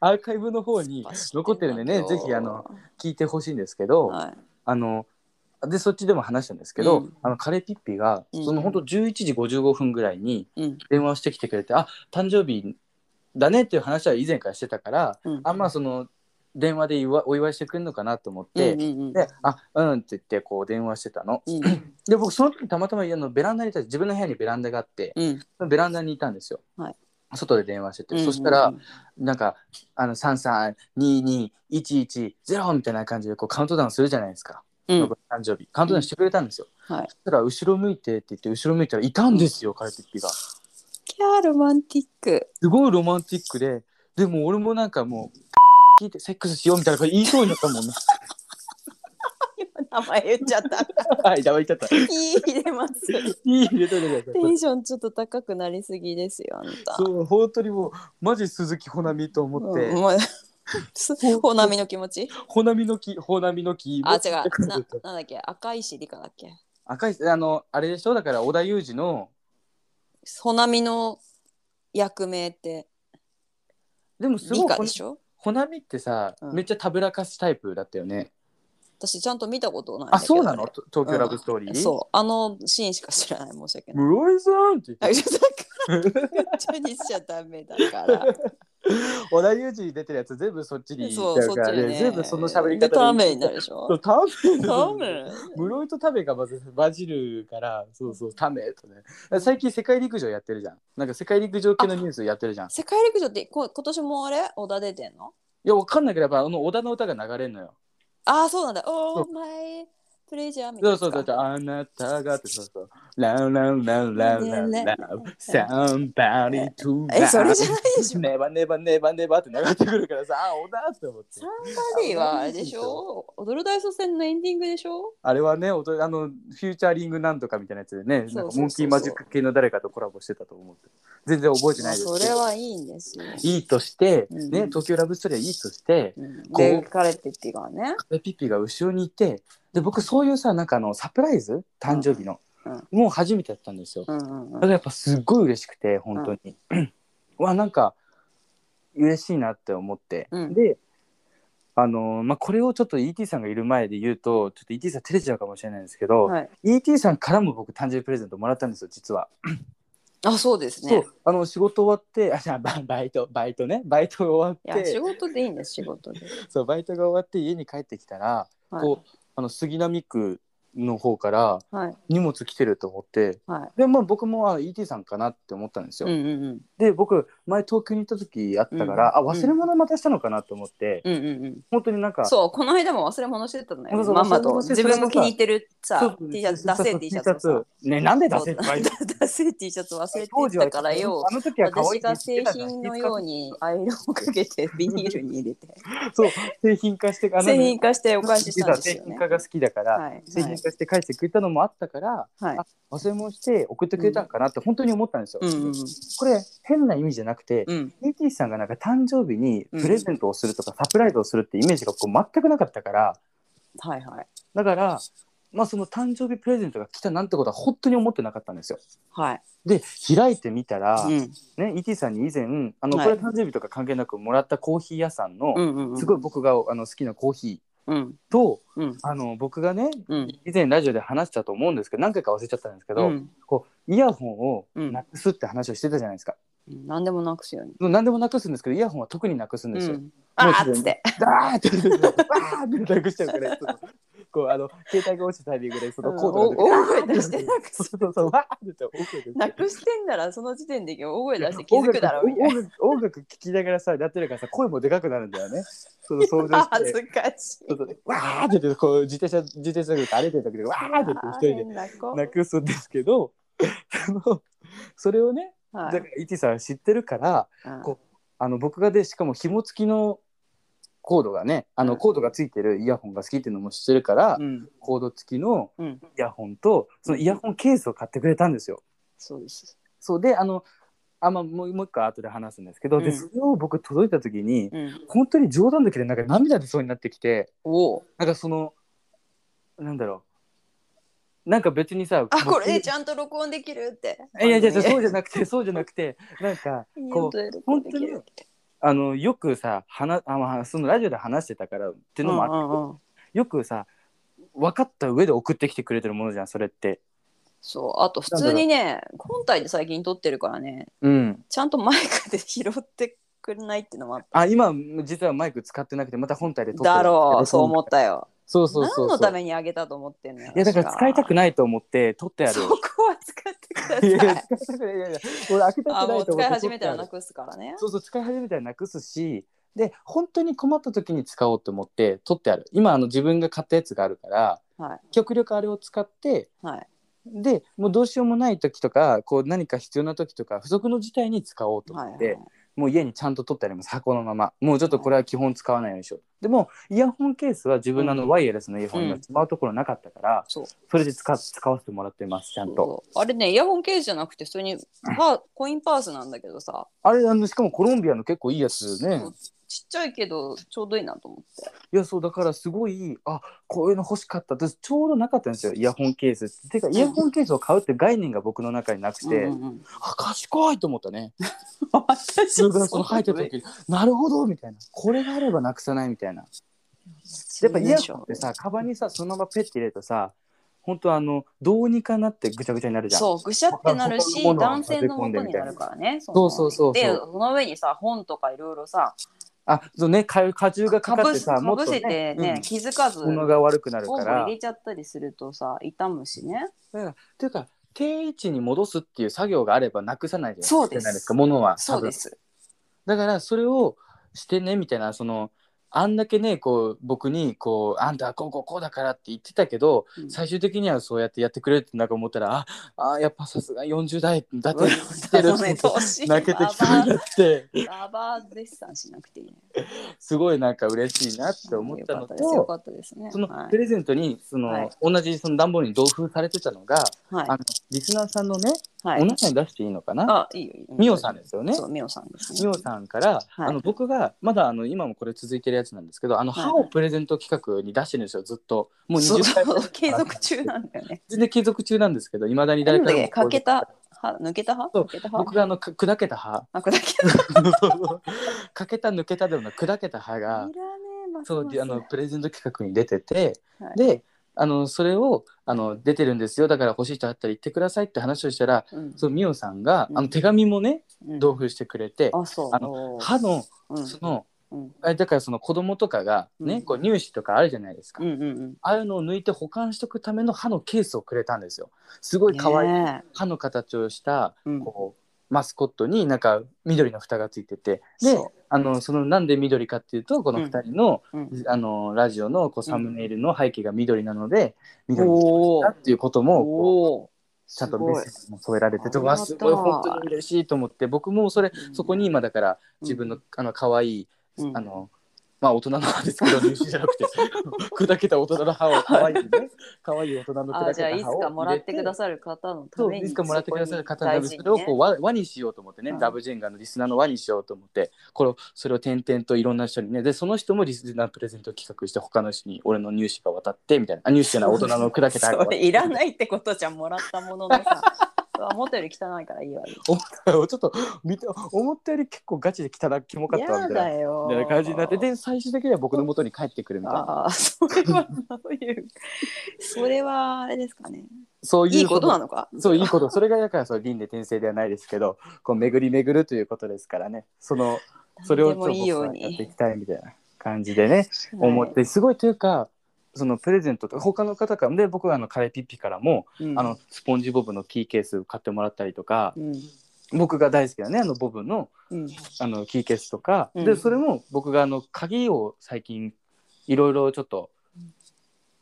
アーカイブの方に残ってるんでね、ぜひ、あの、聞いてほしいんですけど、はいあのでそっちでも話したんですけど、うんあのカレーピッピが、うんその本当11時55分ぐらいにうん電話をしてきてくれて「あ誕生日だね」っていう話は以前からしてたから、うんあんまその電話で祝いお祝いしてくれるのかなと思って。うんうんうんで「あうん」って言ってこう電話してたのうんで僕その時たまたまあのベランダにいた自分の部屋にベランダがあってうんベランダにいたんですよ、はい外で電話してて、うんそしたらなんかあの33221110みたいな感じでこうカウントダウンするじゃないですか、うん僕の誕生日、カウントダウンしてくれたんですよ。うんはいそしたら、後ろ向いてって言って、後ろ向いたらいたんですよ、カレピッピが。すキャーロマンティックごいロマンティックで、でも俺もなんかもう、聞い *laughs* てセックスしようみたいな感じ言いそうになったもん *laughs* ね。名前言っちゃったはい、やばい、ちゃった。いいい入れますい、入れといてくだテさい。ンションちょっと高くなりすぎですよあんたそう、本当にもう、マジ鈴木ほなみと思っうんて、もうす *laughs* ほなみの気持ちほなみの木、ほなみの木。あ違うななんだっけ赤石理科だっけ赤い、あの、あれでしょ、だから、織田裕二の、ほなみの役名ってでもす理ごい科ほでな、しょほなみってさう、んめっちゃたぶらかすタイプだったよね。私ちゃんと見たことないんだあ、けどそうなのあれと東京ラブストーリー。そうあのシーンしか知らない申し訳ない室井さんってあ言ってちょっ *laughs* とだからこっちにしちゃダメだから織田裕二出てるやつ全部そっちに行っそちうゃそうっかちらにねね全部その喋りで方ためになるでしょそうためため室井とためがまず混じるからそうそうためとね最近世界陸上やってるじゃんなんか世界陸上系のニュースやってるじゃんい世界陸上ってこ今年もあれ小田出てんのやわかんないけどやっぱあの織田の歌が流れるのよああそうなんだおそーマイプレジャーみたいそうそなうそううそうあなたがってそうそうランランランランランラン somebody to えそれじゃないでしょネバネバネバネバって流れてくるからさあ織田って思ってサンバディはあれでしょ踊る大捜査線のエンディングでしょあれはね、おとあのフューチャーリングなんとかみたいなやつでね、そうそうそうそうなんかモンキーマジック系の誰かとコラボしてたと思って、全然覚えてないですそけれど。はいいんですよ。いいとして、うんね、東京ラブストーリーはいいとして、うこんうで、カレティがね。でピッピが後ろにいて、で、僕そういうさ、なんかあのサプライズ誕生日の、うんもう初めてだったんですよ。うだんうんうかんらやっぱすっごい嬉しくて、本当に。うわ、なんか嬉しいなって思って。うんで、あのーまあ、これをちょっと ET さんがいる前で言うと、ちょっと ET さん照れちゃうかもしれないんですけど、はい。 ET さんからも僕誕生日プレゼントもらったんですよ実は、あ、そうですそね。うあの仕事終わってあじゃあババイトバイトねバイトが終いわっや、仕て事でいいんです、仕事で。そうバイトが終わって家に帰ってきたら、はいこうあの杉並区の方からはい荷物来てると思ってはい。でまあ僕もあ ET さんかなって思ったんですうよ、んうんうん。で僕前東京に行った時あったから、うんあ忘れ物またしたのかなと思って、うんうんうん。本当になんかそう、この間も忘れ物してたのそうそよ。うママ忘れと物して自分も気に入ってるさ、そう T シャツ、ダセー T シャツをさ。ねなんで出そせうって言われ *laughs* たダセー T シャツ忘れてたからよ。あの時は可愛私いってが言製ってたじゃん品のようにアイロンをかけてビニールに入れて *laughs* そう製品化してあの製品化してお返ししたんです製よね品。化が好きだから、はい製品化して返してくれたのもあったからはいあ忘れ物して送ってくれたんかなって本当に思ったんですよ。うんうんこれ変な意味じゃなくて、うんミキさんがなんか誕生日にプレゼントをするとかサプライズをするってイメージがこう全くなかったからはいはいだから、まあ、その誕生日プレゼントが来たなんてことは本当に思ってなかったんですよ。はいで開いてみたら、うんね、ET さんに以前あの、はいこれ誕生日とか関係なくもらったコーヒー屋さんの、うんうんうんすごい僕があの好きなコーヒうんーとうんあの僕がねうん以前ラジオで話したと思うんですけど何回か忘れちゃったんですけうど、んこうイヤホンをなくすって話をしてたじゃないですか、何でもなくすよね何でもなくすんですけどイヤホンは特になくすんですよ、うんあーっつってダーってバーってなくしちゃうからそのこうあの携帯が落ちたタイミングでそのコードうんがお大声出してなくそすうそうそうわーって大声出してなくしてんならその時点で大声出して気づくだろうみたい音楽音楽聞きながらさやってるからさ声もでかくなるんだよね。その想像なし恥てずかしいそうそうわーって言ってこう自転車自転車で歩いてる時でわーって言って一人であー変な子泣くすんですけどそのそれをねだはかいら ET さんは知ってるからうんこあの僕がでしかも紐付きのコードがねあうのんコードが付いてるイヤホンが好きっていうのも知ってるから、うんコード付きのうんイヤホンとそのイヤホンケースを買ってくれたんですよ。そうですそうであのあまあもうもう一回後で話すんですけど、うでんそれを僕届いた時にうん本当に冗談だけでなんか涙出そうになってきておおなんかそのなんだろうなんか別にさあこれ僕ちゃんと録音できるっていやいやいやそううじゃなくてそうじゃなくてなんかこう本当に本あのよくさ話あ、まあ、そのラジオで話してたからっていうのもあって、うんうんうんよくさ分かった上で送ってきてくれてるものじゃんそれって。そうあと普通にね本体で最近撮ってるからねうん、ちゃんとマイクで拾ってくれないっていうのもあっあ今実はマイク使ってなくてまた本体で撮ってただろうそう思っったよそうそうそうそう何のためにあげたと思ってんのよいやだから使いたくなないと思って取ってある。そこは使ってくだ *laughs* いやいやさい使いたくないいやいや俺開けたくあなもいうと思って使い始めたら取なってあるくすからねそうそう使い始めたらなくすしで本当に困った時に使おうと思って取ってある今あの自分が買ったやつがあるから、はい極力あれを使ってはいでもうどうしようもない時とかこう何か必要な時とか不足の事態に使おうとはい思っはて、いもう家にちゃんと取ってあります箱のままもうちょっとこれは基本使わないようにしようでもイヤホンケースは自分のあうのんワイヤレスのイヤホンうがんしまうところなかったから、そうそれで使使わせてもらってますちゃんと。そうあれねイヤホンケースじゃなくて普通にパーコインパースなんだけどさあれあのしかもコロンビアの結構いいやつねそうちっちゃいけどちょうどいいなと思っていやそうだからすごいあこういうの欲しかった私ちょうどなかったんですよイヤホンケースっててかイヤホンケースを買うって概念が僕の中になくて、うんうんうんあ賢いと思ったね私それからその入ってた時になるほどみたいなこれがあればなくさないみたいなやっぱイヤホンってさカバンにさそのままペッて入れるとさ本当あのどうにかなってぐちゃぐちゃになるじゃんそうぐしゃってなるし他のものを男性のもとになるからねそうそうそうそうでその上にさ本とかいろいろさあそうねか荷重がかかかっぶてせさかもっぶとせてね、気づかずうん物本が悪くなるをか入られちゃったりするとさ傷むしねというか定位置に戻すっていう作業があればなくさないじゃないそうですじゃないですか物はそうです多分だからそれをしてねみたいなそのあんだけねこう僕にこう「あんたはこうこうこうだから」って言ってたけど、うん最終的にはそうやってやってくれるってなんか思ったら「ああやっぱさすが40代だうとんしてる」だ *laughs* ね年泣けてきそうになってババー絶賛しなくていいねすごいなんか嬉しいなって思ったのよと。かったですよかったですねそのはいプレゼントにその、はい同じその段ボールに同封されてたのが、はあのリスナーさんのね、いはおい腹に出していいのかなあいいよいいよミオさんですよね。そうミオさんですねミオさんから、はいあの僕がまだあの今もこれ続いてるやつなんですけどあのはい歯をプレゼント企画に出してるんですよずっともうそう20回そう *laughs* 継続中なんだよね全然継続中なんですけどいまだにな誰んだかっにけもかけた歯抜けた歯そう抜けた歯僕があのか砕けた *laughs* 歯あこれだけかけた抜けたでもなく砕けた歯がいらねえますそうますあのプレゼント企画に出てて、はいであのそれをあの出てるんですよだから欲しい人あったら言ってくださいって話をしたらうんそうミオさんが、うんあの手紙もねうん同封してくれて、あそうあ歯のうんその、うんあだからその子供とかがね、うんこう入試とかあるじゃないですか、うんうんうんああいうのを抜いて保管しておくための歯のケースをくれたんですよすごい可愛いねえ歯の形をしたうんこうマスコットになんか緑の蓋がついててでそうあのそのなんで緑かっていうとこの2人の,、うんあのラジオのこうサムネイルの背景が緑なので、緑にしおたーっていうこともこうおーちゃんとメッセージも添えられててすごいうわすごい本当に嬉しいと思って僕もそれそこに今だから自分のあの可愛い、うんあのまあ大人の歯ですけ *laughs* ど、入試じゃなくて、 *laughs* 砕けた大人の歯を、可愛いね、可愛い大人のあ砕ーじゃあけいた歯をつかもらってくだささる方のたそうめいにつかもらってくださる方そこなにので、それをこう大輪輪にしようと思ってね、うんラブジェンガのリスナーの輪にしようと思って、これをそれを点々といろんな人にね、で、その人もリスナープレゼントを企画して、他の人に俺の入試が渡って、みたいな、あ入試じゃない、大人の砕けた事歯がにね渡っそてれいらないってことじゃんもらったもののさ *laughs* そう思ったより汚いからいいわ思ったよちょっと見た思ったより結構ガチで汚いキモかったわ嫌みたいなだよみたいな感じになってで最終的には僕の元に帰ってくるみたいなああそれはどういうそれはあれですかねそういういいことなののかそういいことそれがだからそう輪廻転生ではないですけどこう巡り巡るということですからねそのそれを何でもいいようちょっと僕はやっていにきたいみたいな感じでね思ってすごいというかそのプレゼントとか他の方からもで僕はあのカレーピッピからも、うんあのスポンジボブのキーケース買ってもらったりとかうん僕が大好きなねあのボブのうんあのキーケースとか、うんでそれも僕があの鍵を最近いろいろちょっと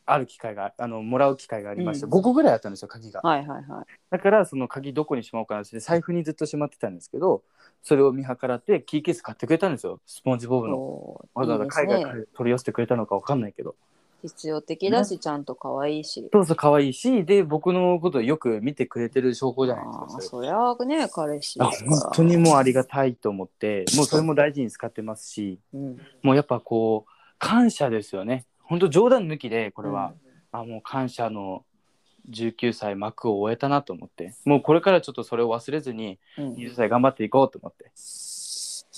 ある機会があのもらう機会がありまして、うん5個ぐらいあったんですよ鍵が、はいはいはいだからその鍵どこにしまおうかなって財布にずっとしまってたんですけどそれを見計らってキーケース買ってくれたんですよスポンジボブのおーわざわざ海い外いかですらね取り寄せてくれたのかわかんないけど実用的だしちゃんと可愛いしそうそう可愛いしで僕のことをよく見てくれてる証拠じゃないですあかそあれそりゃあね彼氏あですから本当にもうありがたいと思ってもうそれも大事に使ってますしうんもうやっぱこう感謝ですよね本当冗談抜きでこれは、あもう感謝の19歳幕を終えたなと思ってもうこれからちょっとそれを忘れずにうん20歳頑張っていこうと思って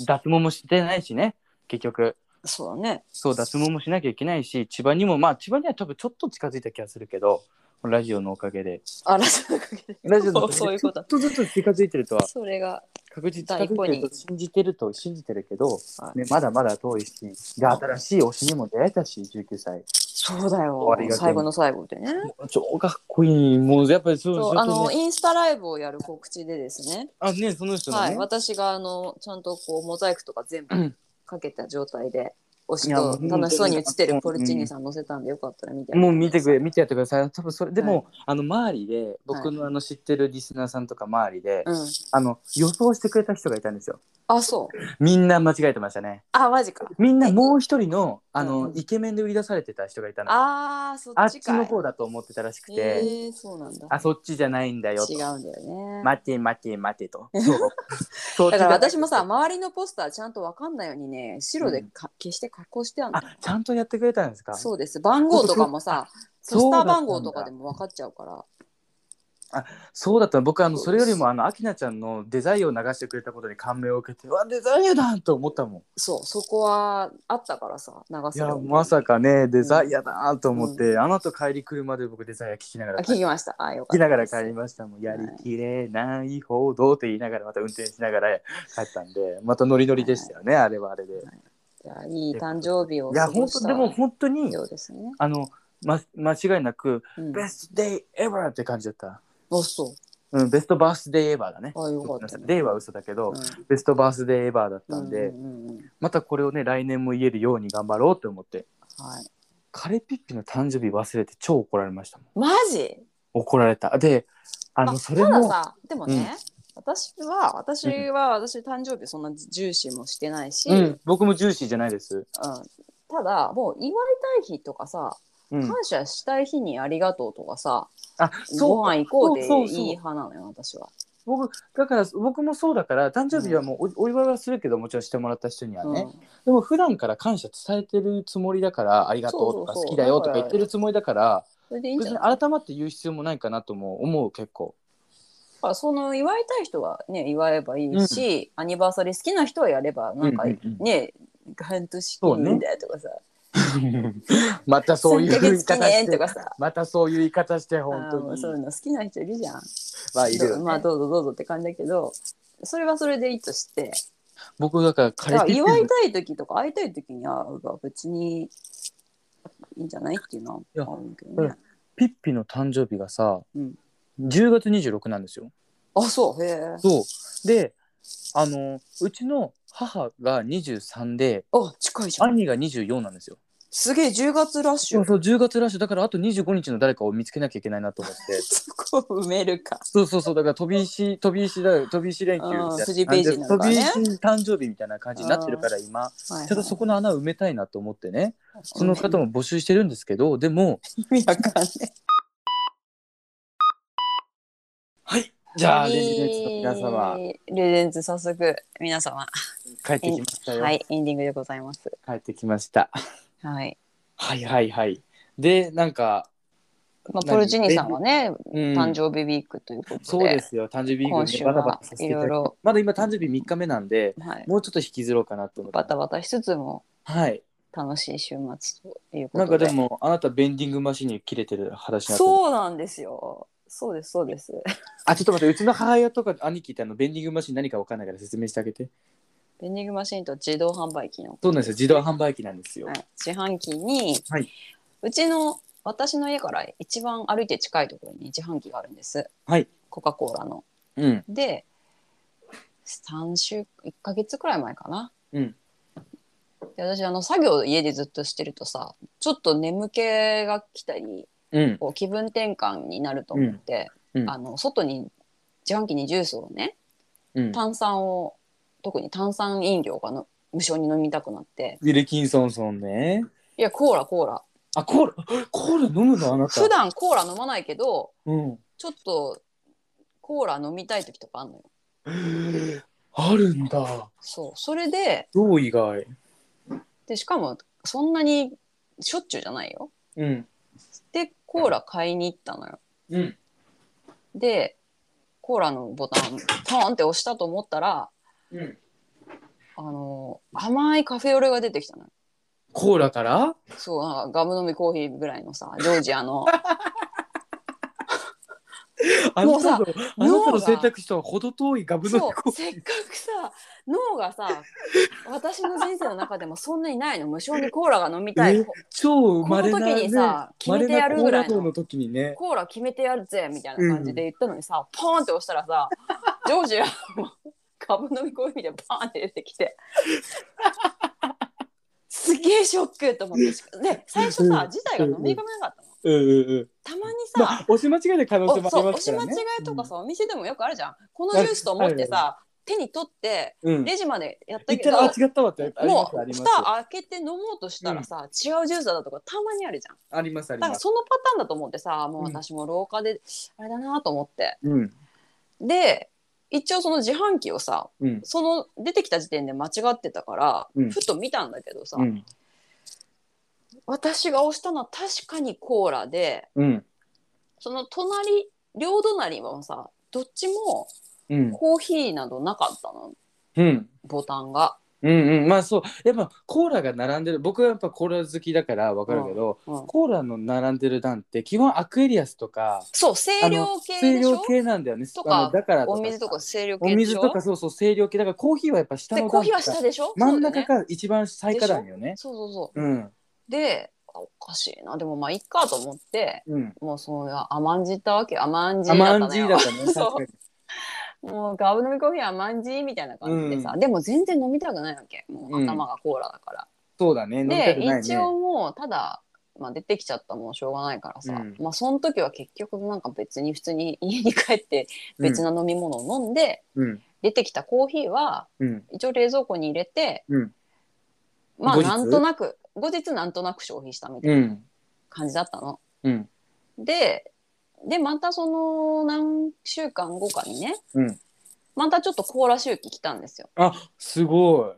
脱毛もしてないしね結局そうだねそう脱毛もしなきゃいけないし千葉にもまあ千葉には多分ちょっと近づいた気がするけどラジオのおかげであらそういうことラジオのおかげでそういうこちょとっとずつ近づいてるとはそれが確実に近づいてると信じてると信じてるけど、はいね、まだまだ遠いしで新しい推しにも出会えたし19歳そうだよ終わりが最後の最後でね超かっこいい。もうやっぱりそうそうちょあっとのねインスタライブをやる告知でですねあねその人のね。はい、私があのちゃんとこうモザイクとか全部かけた状態で、推しいやもうと楽しそうに写って本る当ポにルチーニさん載せたんでよかったら見てもう見てくくれ見てやってください。多分それでも、はあの周りで僕のあの知ってるリスナーさんとか周りで、うん、あの予想してくれた人がいたんですよ。あそうみんな間違えてましたね。あマジかみんなもう一人のあの、うんイケメンで売り出されてた人がいたの。ああーそっっちちかいの方だと思ってたらしくて、えー、そうなんだあそっちじゃないんだよと違。うんだよね、待て待て待て *laughs* と。そう。そっちだじゃからない私もさ周りのポスターちゃんとわかんないようにね白でか、消して加工してあるのあちゃんとやってくれたんですか。そうです番号とかもさそポうそスタうだったーんだ番号とかでも分かっちゃうからそうだったの僕あのそそれうよですりもあのアキナちゃんのデザインを流してくれたことに感銘を受けてうわデザインだと思ったもんそうそこはあったからさ長い瀬やまさかねデザインうんやだと思って、あの後帰り車で僕デザイン聞きながらあ帰聞りきましたあよか聞っきながたでらす帰りましたもんやりきれないほどって言いながらまた運転しながら帰ったんでまたノリノリでしたよね、あれはあれで、い、いやいい誕生日をや過本ごし当たでも本当にようですね。あの、ま、間違いなく、うん、ベストデイエバーって感じだった、あそうん、ベストバースデイエバーだねう。あよかごめんっなたさいね。デイは嘘だけど、うんベストバースデーエバーだったんで、うんうんうんうんまたこれをね来年も言えるように頑張ろうと思ってはい。カレピッピの誕生日忘れて超怒られましたもんマジ？怒られたであのあそれただもさでもね、私は私は私誕生日そんな重視もしてないし、ううんん、僕もジューシーじゃないです、ただもう祝いたい日とかさ、うん、感謝したい日にありがとうとかさ、あごそう飯行こうでそうそうそういい派なのよ私は。僕だから僕もそうだから誕生日はもうおお祝いはするけどもちろんしてもらった人にはうんね、でも普段から感謝伝えてるつもりだからありがとうとかそうそうそ好うきだよとか言ってるつもりだからそれでいいんじ別ゃにない？だ改まって言う必要もないかなとも思う結構からその祝いたい人はね祝えばいいし、アニバーサリー好きな人はやればなんかうんうんうんね半年記念だよとかさ、 *laughs* またそういう3ヶ言い月記方し念てとかさまたそういう言い方して本あー当もうにそういうの好きな人いるじゃん、まあいるよどねまあどうぞどうぞって感じだけどそれはそれでいいとして僕だからだカからレー祝いいたい時とか会いたい時に会うが別にいいんじゃないっていうのは思うけどね、ピッピの誕生日がさ、うん10月26なんですよあそうへえそうであのうちの母が23であ近いじゃん兄が24なんですよすげえ10月ラッシそうュそう10月ラッシュだからあと25日の誰かを見つけなきゃいけないなと思ってそこ *laughs* を埋めるかそうそうそうだから飛び石飛び石だよ飛び石連休みたいなうん感じ筋ページなんかね飛び石誕生日みたいな感じになってるから今はいちょっとそこの穴を埋めたいなと思ってねその方もも募集してるんですけどでも *laughs* 意味わかんないはいじゃあレジジデンツの皆様レジデンツ早速皆様帰ってきましたよ、はいエンディングでございます帰ってきましたはい、はいはいはいでなんか、まあ、何ポルチーニさんはねうん誕生日ウィークということでそうですよ誕生日今週バタバはタさせていいただろいいてろまだ今誕生日3日目なんではいもうちょっと引きずろうかなと思ってバタバタしつつもはい楽しい週末というこなとんでかでもあなたベンディングマシンに切れてる話になってるそうなんですよそうですそうですあちょっと待ってうちの母親とか兄貴ってあのベンディングマシン何か分かんないから説明してあげてベンディングマシンと自動販売機の、そうなんですよ自動販売機なんですよ、はい、自販機に、はい、うちの私の家から一番歩いて近いところに自販機があるんですはいコカ・コーラのうんで3週1ヶ月くらい前かな、うんで私あの作業を家でずっとしてるとさちょっと眠気が来たりうんこう気分転換になると思って、うんうんあの外に自販機にジュースをねうん炭酸を特に炭酸飲料がの無償に飲みたくなってウィルキンソンソンねいやコーラコーラあコーラコーラ飲むのあなた普段コーラ飲まないけどうんちょっとコーラ飲みたい時とかあんのよあるんだそうそれでどう意外でしかもそんなにしょっちゅうじゃないようんでコーラ買いに行ったのようんでコーラのボタンポーンって押したと思ったらうんあの甘いカフェオレが出てきたのよコーラからそうなんかガム飲みコーヒーぐらいのさジョージ *laughs* アのあなたものあなたの選択肢とは程遠いガブのそコうせっかくさ脳がさ私の人生の中でもそんなにないの無償にコーラが飲みたいえ超生こまのれな時にさ、決めてやるぐらいコーラ糖のの時にねコーラ決めてやるぜみたいな感じで言ったのにさ、ポーンって押した *laughs* らさジョージアもカブ飲みコーヒーでパーンって出てきてすげえショックと思ってしかで最初うさん自体が飲み込めなかったのうんうんうんたまにまさあ、押し間違いで可能性おもあそりうま押すしか間ら違ねいとかさ、お店でもよくあるじゃんこのジュースと思ってさ手に取ってうんうんレジまでやった言っけたど、らあ違ったわってありまもすあうります蓋開けて飲もうとしたらさ、違うジュースだとかたまにあるじゃんありますありだかまらすそのパターンだと思ってさもう私も廊下であれだなと思ってうんで一応その自販機をさうんその出てきた時点で間違ってたから、うんふと見たんだけどさ、うん私が押したのは確かにコーラでうんその隣両隣もさどっちもうんコーヒーなどなかったのうんボタンが。うんうんまあそうやっぱコーラが並んでる僕はやっぱコーラ好きだからわかるけど、うんコーラの並んでる段って基本アクエリアスとかそう清涼系清でし涼ょ系なんだよねとかあのだからお水とか清涼お系でし水ょとかそうそう清涼系だからコーヒーはやっぱ下でのコーヒーは段とか下でしょ真んそうだ中よねから一番最下段よねそうそうそううんであおかしいなでもまあいっかと思ってうんもうそういう甘んじったわけ甘んじだった甘んのじよだったねそう確かにもうガブ飲みコーヒー甘んじみたいな感じでさ、でも全然飲みたくないわけもう頭がコーラだから、そうだね飲みたくなで、いね一応もうただ、まあ、出てきちゃったもんしょうがないからさ、うんまあその時は結局なんか別に普通に家に帰って別の飲み物を飲んで、うん出てきたコーヒーはうん一応冷蔵庫に入れて、うんまあ後日なんとなく後日なんとなく消費したみたいなうん感じだったの。うんででまたその何週間後かにねうんまたちょっとコーラ周期来たんですよ。あすご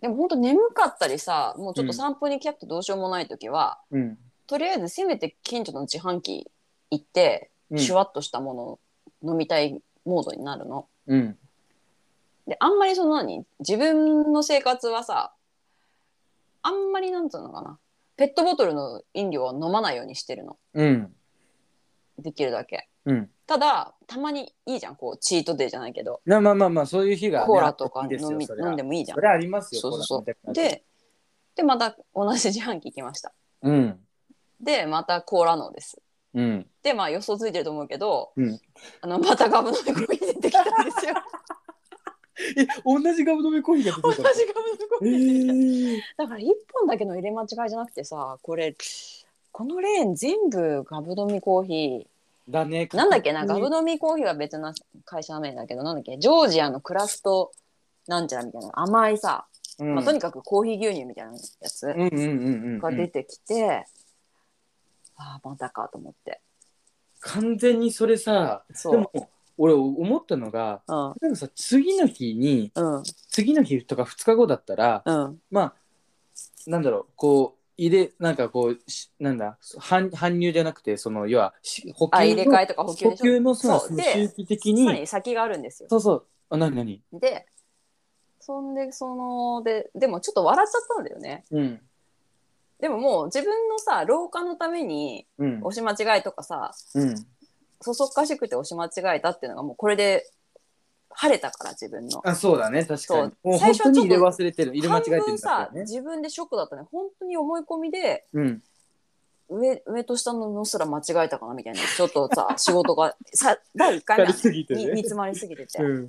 でも本当眠かったりさもうちょっうとん散歩に来たくてどうしようもない時は、いうんとりあえずせめて近所の自販機行って、うんシュワッとしたものを飲みたいモードになるの。うんであんまりその何自分の生活はさあんまりなんつうのかなペットボトルの飲料は飲まないようにしてるのうんできるだけ。うんただたまにいいじゃんこうチートデーじゃないけどなまあまあまあそういう日がね、コーラとかあっていいですよ飲みそりゃ飲んでもいいじゃんそ。れありますよそうそうそコーラ飲みたくなう。る時で、で、また同じ自販機行きました。うんで、またコーラのです。うんで、まあ予想ついてると思うけど、うん *laughs* あのまたガブ飲みコーヒー出てきたんですよ。え同じガブ飲みコーヒーが同出じてガたムのコえーヒーー、だから1本だけの入れ間違いじゃなくてさこれこのレーン全部ガブ飲みコーヒーだねなんだっけな、ガブ飲みコーヒーは別な会社名だけど、なんだっけ、ジョージアのクラフトなんちゃらみたいな甘いさ、うん、まあ、とにかくコーヒー牛乳みたいなやつうんうんうんうん、がう出ん、てきて、ああ、またかと思って。完全にそれさそでう。も俺思ったのがうん、でもさ次の日にうん、次の日とか2日後だったらうん、まあなんだろうこう入れなんかこうしなんだ搬搬入じゃなくてその要はし補あ、入給れの替えとか補給補でしょ。給のさそうそので周期的さらにに先があるんですよ。そうそうあ何何で、そんで、その、で、でもちょっと笑っちゃったんだよね。うんでももう自分のさ、老化のためにうん押し間違いとかさ、うんそそっかしくて押し間違えたっていうのがもうこれで晴れたから自分の。あそうだね確かにそうもう本最初当はにちょっ入とれ忘れてる入れ間違えてる半ん分ださけどね自分でショックだったね本当に思い込みでうん上上と下ののすら間違えたかなみたいなちょっと *laughs* さ仕事がさ第1回目光りすぎてに煮ね詰まりすぎてて、うんっ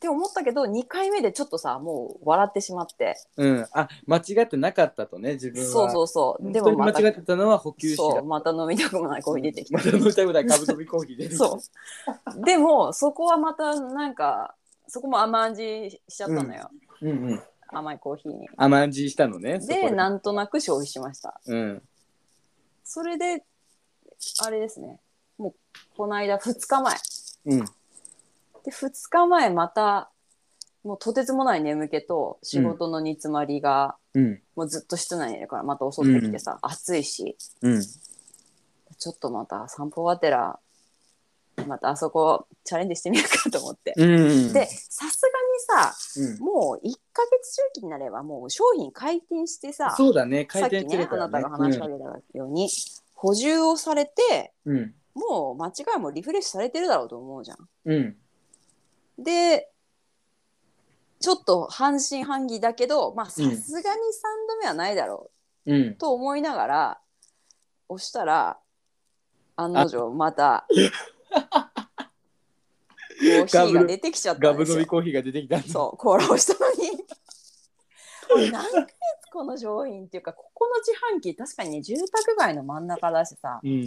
て思ったけど2回目でちょっとさもう笑ってしまってうんあ間違ってなかったとね自分はそうそうそうで本当もにまた間違ってたのは補給士だそうまた飲みたくもないコーヒー出てきまたた飲みたいぐらい株飛びコーヒー出てきたそうでもそこはまたなんかそこも甘味しちゃったのよ、うんうん甘いコーヒーに甘んじしたのねそこでなんとなく消費しましたうんそれであれですねもうこの間2日前うんで2日前またもうとてつもない眠気と仕事の煮詰まりが、うんもうずっと室内にいるからまた襲ってきてさ、暑いしうんちょっとまた散歩がてらまたあそこチャレンジしてみようかと思って。うんでさすがにさうんもう1ヶ月周期になればもう商品解禁してさそうだね回さっき転切れねあたらなたねが話しかけたように、補充をされてうんもう間違いもリフレッシュされてるだろうと思うじゃん。うんでちょっと半信半疑だけどまあさすがに3度目はないだろうんうと思いながら押したら案の定またコーヒーが出てきちゃったガんでブす飲よみ。コーヒーが出てきたそうコーラをしたのに。 *laughs* 俺何ヶ月この商品っていうかここの自販機確かにね住宅街の真ん中だしさうん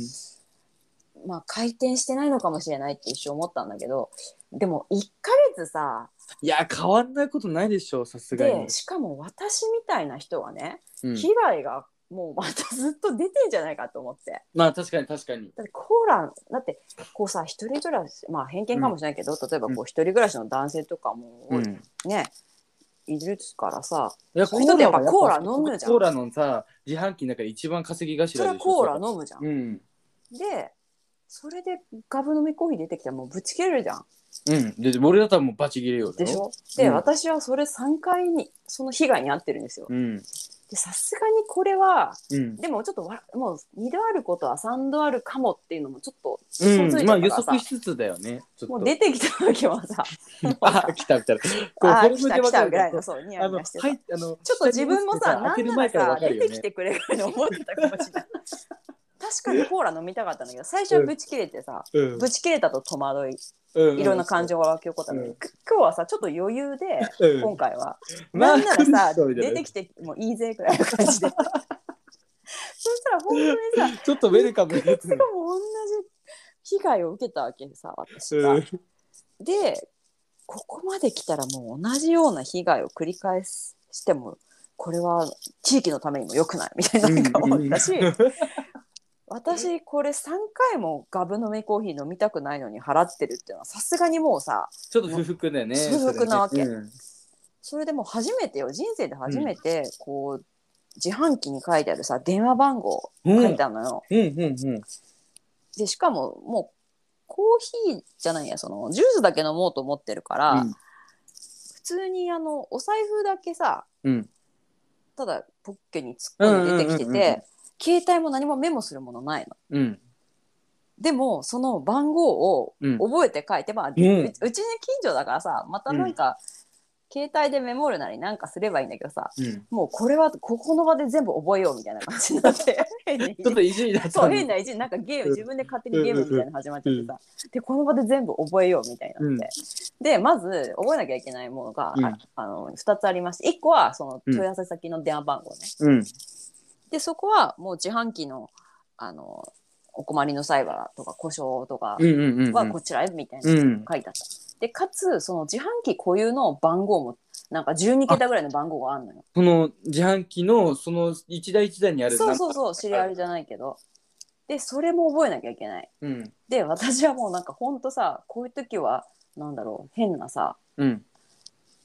まあ回転してないのかもしれないって一瞬思ったんだけどでも1ヶ月さいや変わんないことないでしょさすがにでしかも私みたいな人はね、うん被害がもうまたずっと出てんじゃないかと思ってまあ確かに確かにだってコーラだってこうさ一人暮らしまあ偏見かもしれないけど、例えばこう一人暮らしの男性とかも、うんねいるからさいやそういう人ってやっぱはコーラ飲むじゃんコーラのさ自販機の中で一番稼ぎ頭でしそょれはコーラ飲むじゃん。うんでそれでガブ飲みコーヒー出てきたらもうぶち切れるじゃんうんで俺だったらもうバチ切れようでしょで、うん私はそれ3回にその被害に遭ってるんですようんでさすがにこれはうんでもちょっとわもう2度あることは3度あるかもっていうのもちょっと想像つういんちまゃあっ予たから測さ、しつつだよねちょっともう出てきた時はさ *laughs* あ来たみたいなこうあフォール来ムたで来わたかぐるらいのそうニヤあニのヤしてさはいあのちょっと自分もさ、下なにんな落らちてささ、開ける前か出らわかるよねてきてくれるの思ってたかもしれない。確かにコーラ飲みたかったんだけど、最初はぶち切れてさ、うんぶち切れたと戸惑い、うんいろんな感情が湧き起こったのに、うんく今日はさちょっと余裕でうん今回は、まなあんならさ来る人みたい出なてきてもいいぜくらいの感じ *laughs* でそしたら本当にさちょっとウェルカムなやつしかも同じ被害を受けたわけさ私が、うんでここまで来たらもう同じような被害を繰り返すしてもこれは地域のためにも良くないみたいななんか思ったし、私これ3回もガブ飲みコーヒー飲みたくないのに払ってるっていうのはさすがにもうさちょっと不服だよね。不服なわけそれねそれでもう初めてよ人生で初めてこう、自販機に書いてあるさ電話番号うん書いたのよ、うんうんうんでしかももうコーヒーじゃないやそのジュースだけ飲もうと思ってるから、うん普通にあのお財布だけさうんただポッケに突っ込んで出てきてうんうんうんうんて携帯も何もメモするものないの。うんでもその番号をうん覚えて書いて、まあううんうちの近所だからさまたなんか、携帯でメモるなりなんかすればいいんだけどさうんもうこれはここの場で全部覚えようみたいな感じになって *laughs* 変にちょっと意地になったそうね変な意地なんかゲーム自分で勝手にゲームみたいなの始まっちゃってさ、でこの場で全部覚えようみたいになって、でまず覚えなきゃいけないものが、うんああの2つありまして1個はそのうん問い合わせ先の電話番号ね、うんでそこはもう自販機のあのお困りの際はとか故障とかうんうんうんうんはこちらへみたいなう書いんてあった、でかつその自販機固有の番号もなんか12桁ぐらいの番号があるのよその自販機のその一台一台にあるそうそううそうシリアルじゃないけどでそれも覚えなきゃいけないうんで私はもうなんかほんとさこういう時はなんだろう変なさうん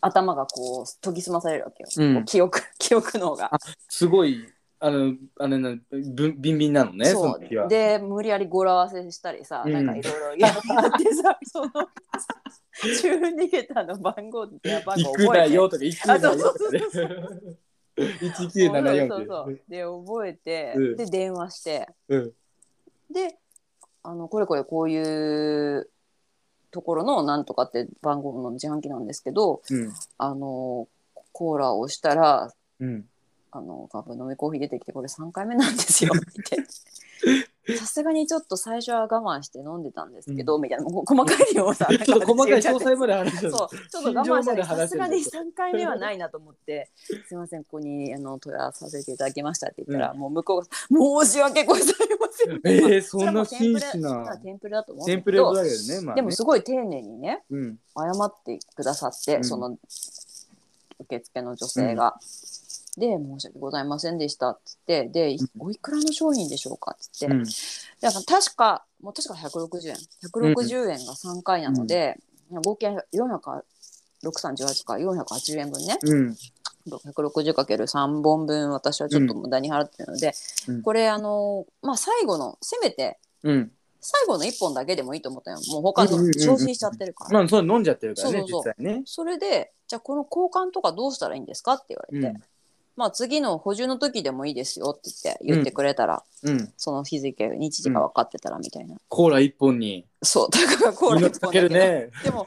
頭がこう研ぎ澄まされるわけよ、うんこう記憶 *laughs* 記憶の方が、すごいあのあれなぶんビンビンなのねそその時はうで無理やり語呂合わせしたりさ、うんなんかいろいろやって *laughs* さその12桁の番号いや番行号くな覚えてよとか行くなよとかねあそうそう *laughs* 1974そうそうで覚えて、うんで電話してうんであのこれこれこういうところのなんとかって番号の自販機なんですけどうんあのコーラを押したらうん *laughs* あのガブ飲みコーヒー出てきてこれ3回目なんで *laughs* すよってさすがにちょっと最初は我慢して飲んでたんですけど、みたいなもう細かいようさちょっと細かい詳細ままで話しで *laughs* そうちょたっと我心慢して情まで話してるさすがに3回目はないなと思 *laughs* って「すいませんここにあの問い合わせさせていただきました」って言ったら、うもう向こうが「申し訳ございません」えまー、そんな真摯あまあなテンプレだと思うんテだンけプレーどトだけどね、まあ、ね、でもすごい丁寧にねうん謝ってくださって、うんその受付の女性が。で申し訳ございませんでしたっつってで、いおいくらの商品でしょうかっつって、うんだから確かもう確か160円160円が3回なので、合計40638か480円分ねうん、 160×3 本分私はちょっと無駄に払ってるので、うんこれあのまあ最後のせめてうん、最後の1本だけでもいいと思ったよもう他うんうんうんのうん消費しちゃってるから、まあそう飲んじゃってるからねそうそうそ実際ね、それでじゃあこの交換とかどうしたらいいんですかって言われて、まあ次の補充の時でもいいですよって言って言ってくれたら、うんうん、その日付日時が分かってたらみたいな、コーラ一本にそうたかがコーラ命一本かだけけどるねでも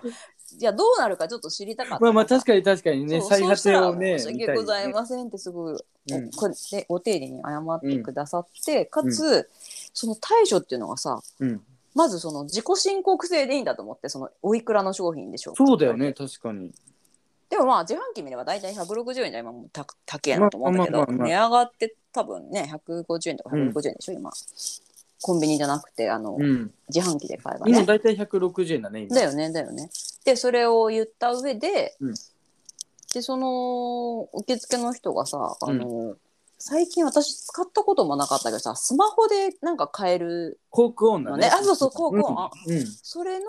じゃあどうなるかちょっと知りたかったまあまあ確かに確かにねそう最果てをねそうしたら申し訳ござい見たませんってすぐ、いねこれでご丁寧に謝ってくださって、かつ、その対処っていうのがさうんうん、まずその自己申告制でいいんだと思ってそのおいくらの商品でしょかそうだよね確かにでもまあ自販機見れば大体160円じゃ今もうた高えなと思うんだけど、まあまあまあまあ値上がって多分ね150円とか160円でしょ、今コンビニじゃなくてあの、うん自販機で買えばね今大体160円だね今だよねだよね。でそれを言った上で、うんでその受付の人がさあの、最近私使ったこともなかったけどさスマホでなんか買えるコークオンだねあそうそうコークオンあうん、うん、それの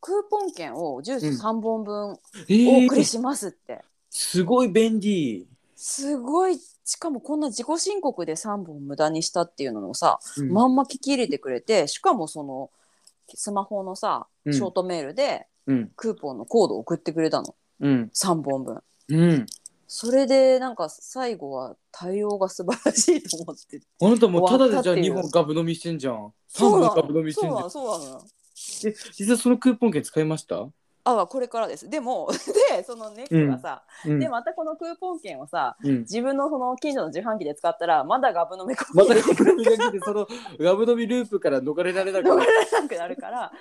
クーポン券をジュース3本分おえ送りー、しますって、すごい便利、すごいしかもこんな自己申告で3本無駄にしたっていうのをさ、うんまんま聞き入れてくれてしかもそのスマホのさうんショートメールでうんクーポンのコードを送ってくれたのうん3本分。うんそれでなんか最後は対応が素晴らしいと思ってあなたもうただでじゃあ終2わったっていう本ガブ飲みしてんじゃん3そうな本ガブ飲のみしてそんじうなゃんのそうなのえ実際そのクーポン券使いましたあこれからですでも *laughs* でそのネックがさ、うんでまたこのクーポン券をさうん自分のその近所の自販機で使ったらまだガブ飲みコまーヒさーかガブが来てそのガブ飲みループから逃れられ *laughs* なく飲なめるられなくなるから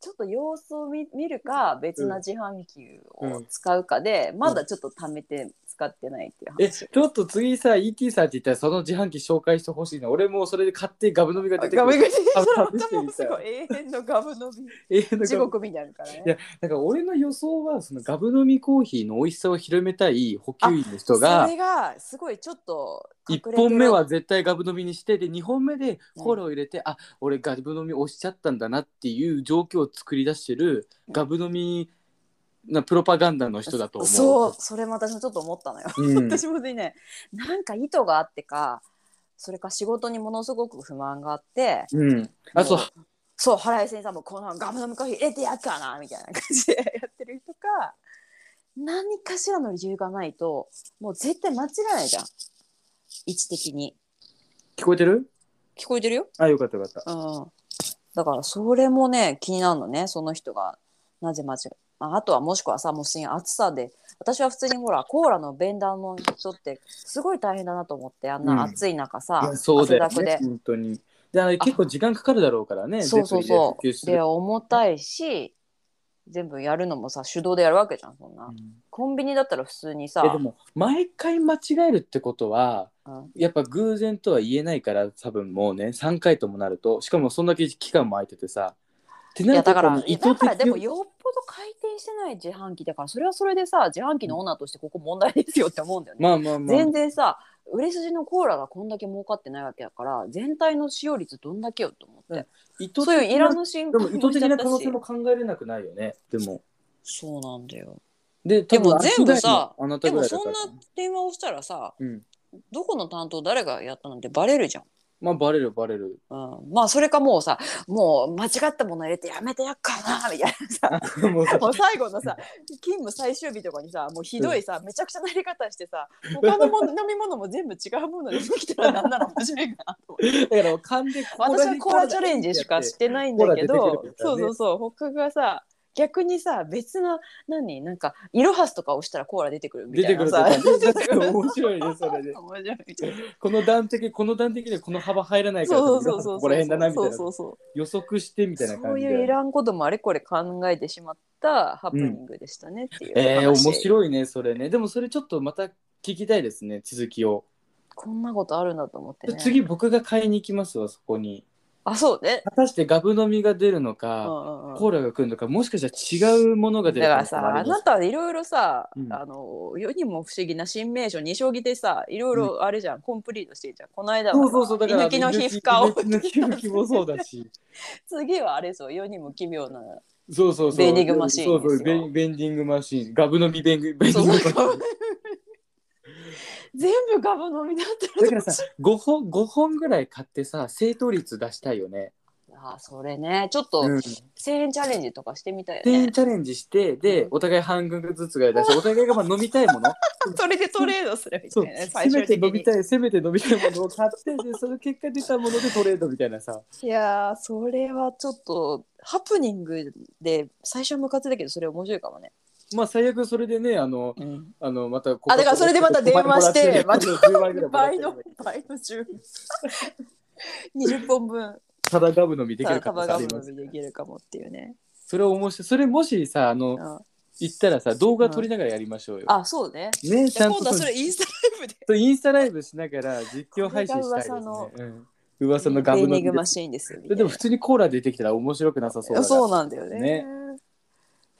ちょっと様子を見見るか別な自販機を使うかで、まだちょっと貯めて使ってないっていう話えちょっと次さ ET さんって言ったらその自販機紹介してほしいな俺もうそれで買ってガブ飲みが出てガくブ飲るみそあれ試してもみたすいごい永遠のガブ飲 *laughs* えーなんみか地獄みたいなのからねいやなんか俺の予想はそのガブ飲みコーヒーの美味しさを広めたい補給員の人がそれがすごいちょっと隠れ1てる本目は絶対ガブ飲みにしてで2本目でコーラを入れて、あ俺ガブ飲み押しちゃったんだなっていう状況を作り出してるガブ飲みなプロパガンダの人だと思う。そうそれも私もちょっと思ったのよ、うん *laughs* 私もねなんか意図があってかそれか仕事にものすごく不満があってうん、あそうもうそう原井先生もこのガム飲みコーヒー入れてやっかなみたいな感じでやってる人か何かしらの理由がないともう絶対間違いないじゃん位置的に聞こえてる聞こえてるよあよかったよかった。うん、だからそれもね気になるのねその人がなぜ間違いああとはもしくはさもうすでに暑さで私は普通にほらコーラのベンダーの人ってすごい大変だなと思ってあんな暑い中さ、そうだ汗よだねくで。本当にであれ結構時間かかるだろうからねそうそうそ全部で復旧すう。るで重たいし全部やるのもさ手動でやるわけじゃんそんな、うんコンビニだったら普通にえでさも毎回間違えるってことは、うんやっぱ偶然とは言えないから多分もうね3回ともなるとしかもそんだけ期間も空いててさっていなやるとだからこの意図だから的でもによっぽど回転してない自販機だからそれはそれでさ自販機のオーナーとしてここ問題ですよって思うんだよね。まあまあまあ全然さ売れ筋のコーラがこんだけ儲かってないわけだから全体の使用率どんだけよと思って、意図的そういういらなぬ心で配もも意図しち的ゃなった可し能性も考えれなくないよねでもそうなんだよででも全部さあなたでぐもらいだそかんらな電話をしたらさうんどこの担当誰がやったなんてバレるじゃん。まあバレるバレ *laughs* るうん、まあそれかもうさもう間違ったもの入れてやめてやっかな *laughs* みたいなさもうさもう最後のさ勤務最終日とかにさもうひどいさめちゃくちゃなり方して *laughs* さ他のもの飲み物も全部違うものでできたらなんなら面白いかなと思ってだから勘で *laughs* 私はコーラチャレンジしかしてないんだけコーラ出ど、てくるからそうねそうそう他がさ逆にさ別の何なんかイロハスとか押したらコーラ出てくる出みたいてくなるとかさねだから面白いねそれで *laughs* 面白いみたいなこの段的この段的でこの幅入らないからそうそうそうそうここら辺だなみたいそうそうなそう予測してみたいなそ感うじいういでらんこともあれこれ考えてしまったハプニングでしたねっていう話、えー、面白いねそれねでもそれちょっとまた聞きたいですね続きを、こんなことあるんだと思ってね次僕が買いに行きますわそこにあそうね、果たしてガブ飲みが出るのうか、んうんうんコーラが来るのかもしかしたら違うものがだ出かるらもさありまなすたいろいろさ、うんあの世にも不思議な新名所二将棋でさいろいろあれじゃん、コンプリートしてるじゃんこの間はそさうそうそうだから犬木の皮膚科を犬木の皮膚科もそうだし次はあれですよ世にも奇妙なそうそうそう *laughs* ベンディングマシーンですよそうそうベンベンディングマシーンガブ飲みベンディングマシーンそうそう全部ガブ飲みだっただからさ5本5本ぐらい買ってさ正答率出したいよね。あそれねちょっとうん、 1000円チャレンジとかしてみたいよでねチャレンジしてでうんお互い半分ずつぐらい出してお互いがまあ飲みたい *laughs* ものそれでトレードするみたそいうなねせ最め終て的飲みにたいせめて飲みたいものを買ってでその結果出たものでトレードみたいなさ。いやーそれはちょっとハプニングで最初はムカつだけどそれ面白いかもね、まあ最悪それでねあのうん、あのまたこあだからそれでまた電話してまた10倍ぐらいもらっ倍ての倍の10 *laughs* 20本分ただガブ飲みできさるあかタもバさガりムます飲みできるかもっていうね、それ面白いそれもしさあのうん、行ったらさ動画撮りながらやりましょうよ。あそうねねじちゃゃあん今と度はそそれインスタライブでそうインスタライブしながら実況配信したいですね。これが噂のうん噂のガブベーのニングマシーンですよみたいでなも普通にコーラ出てきたら面白くなさそうだそううなんだよねね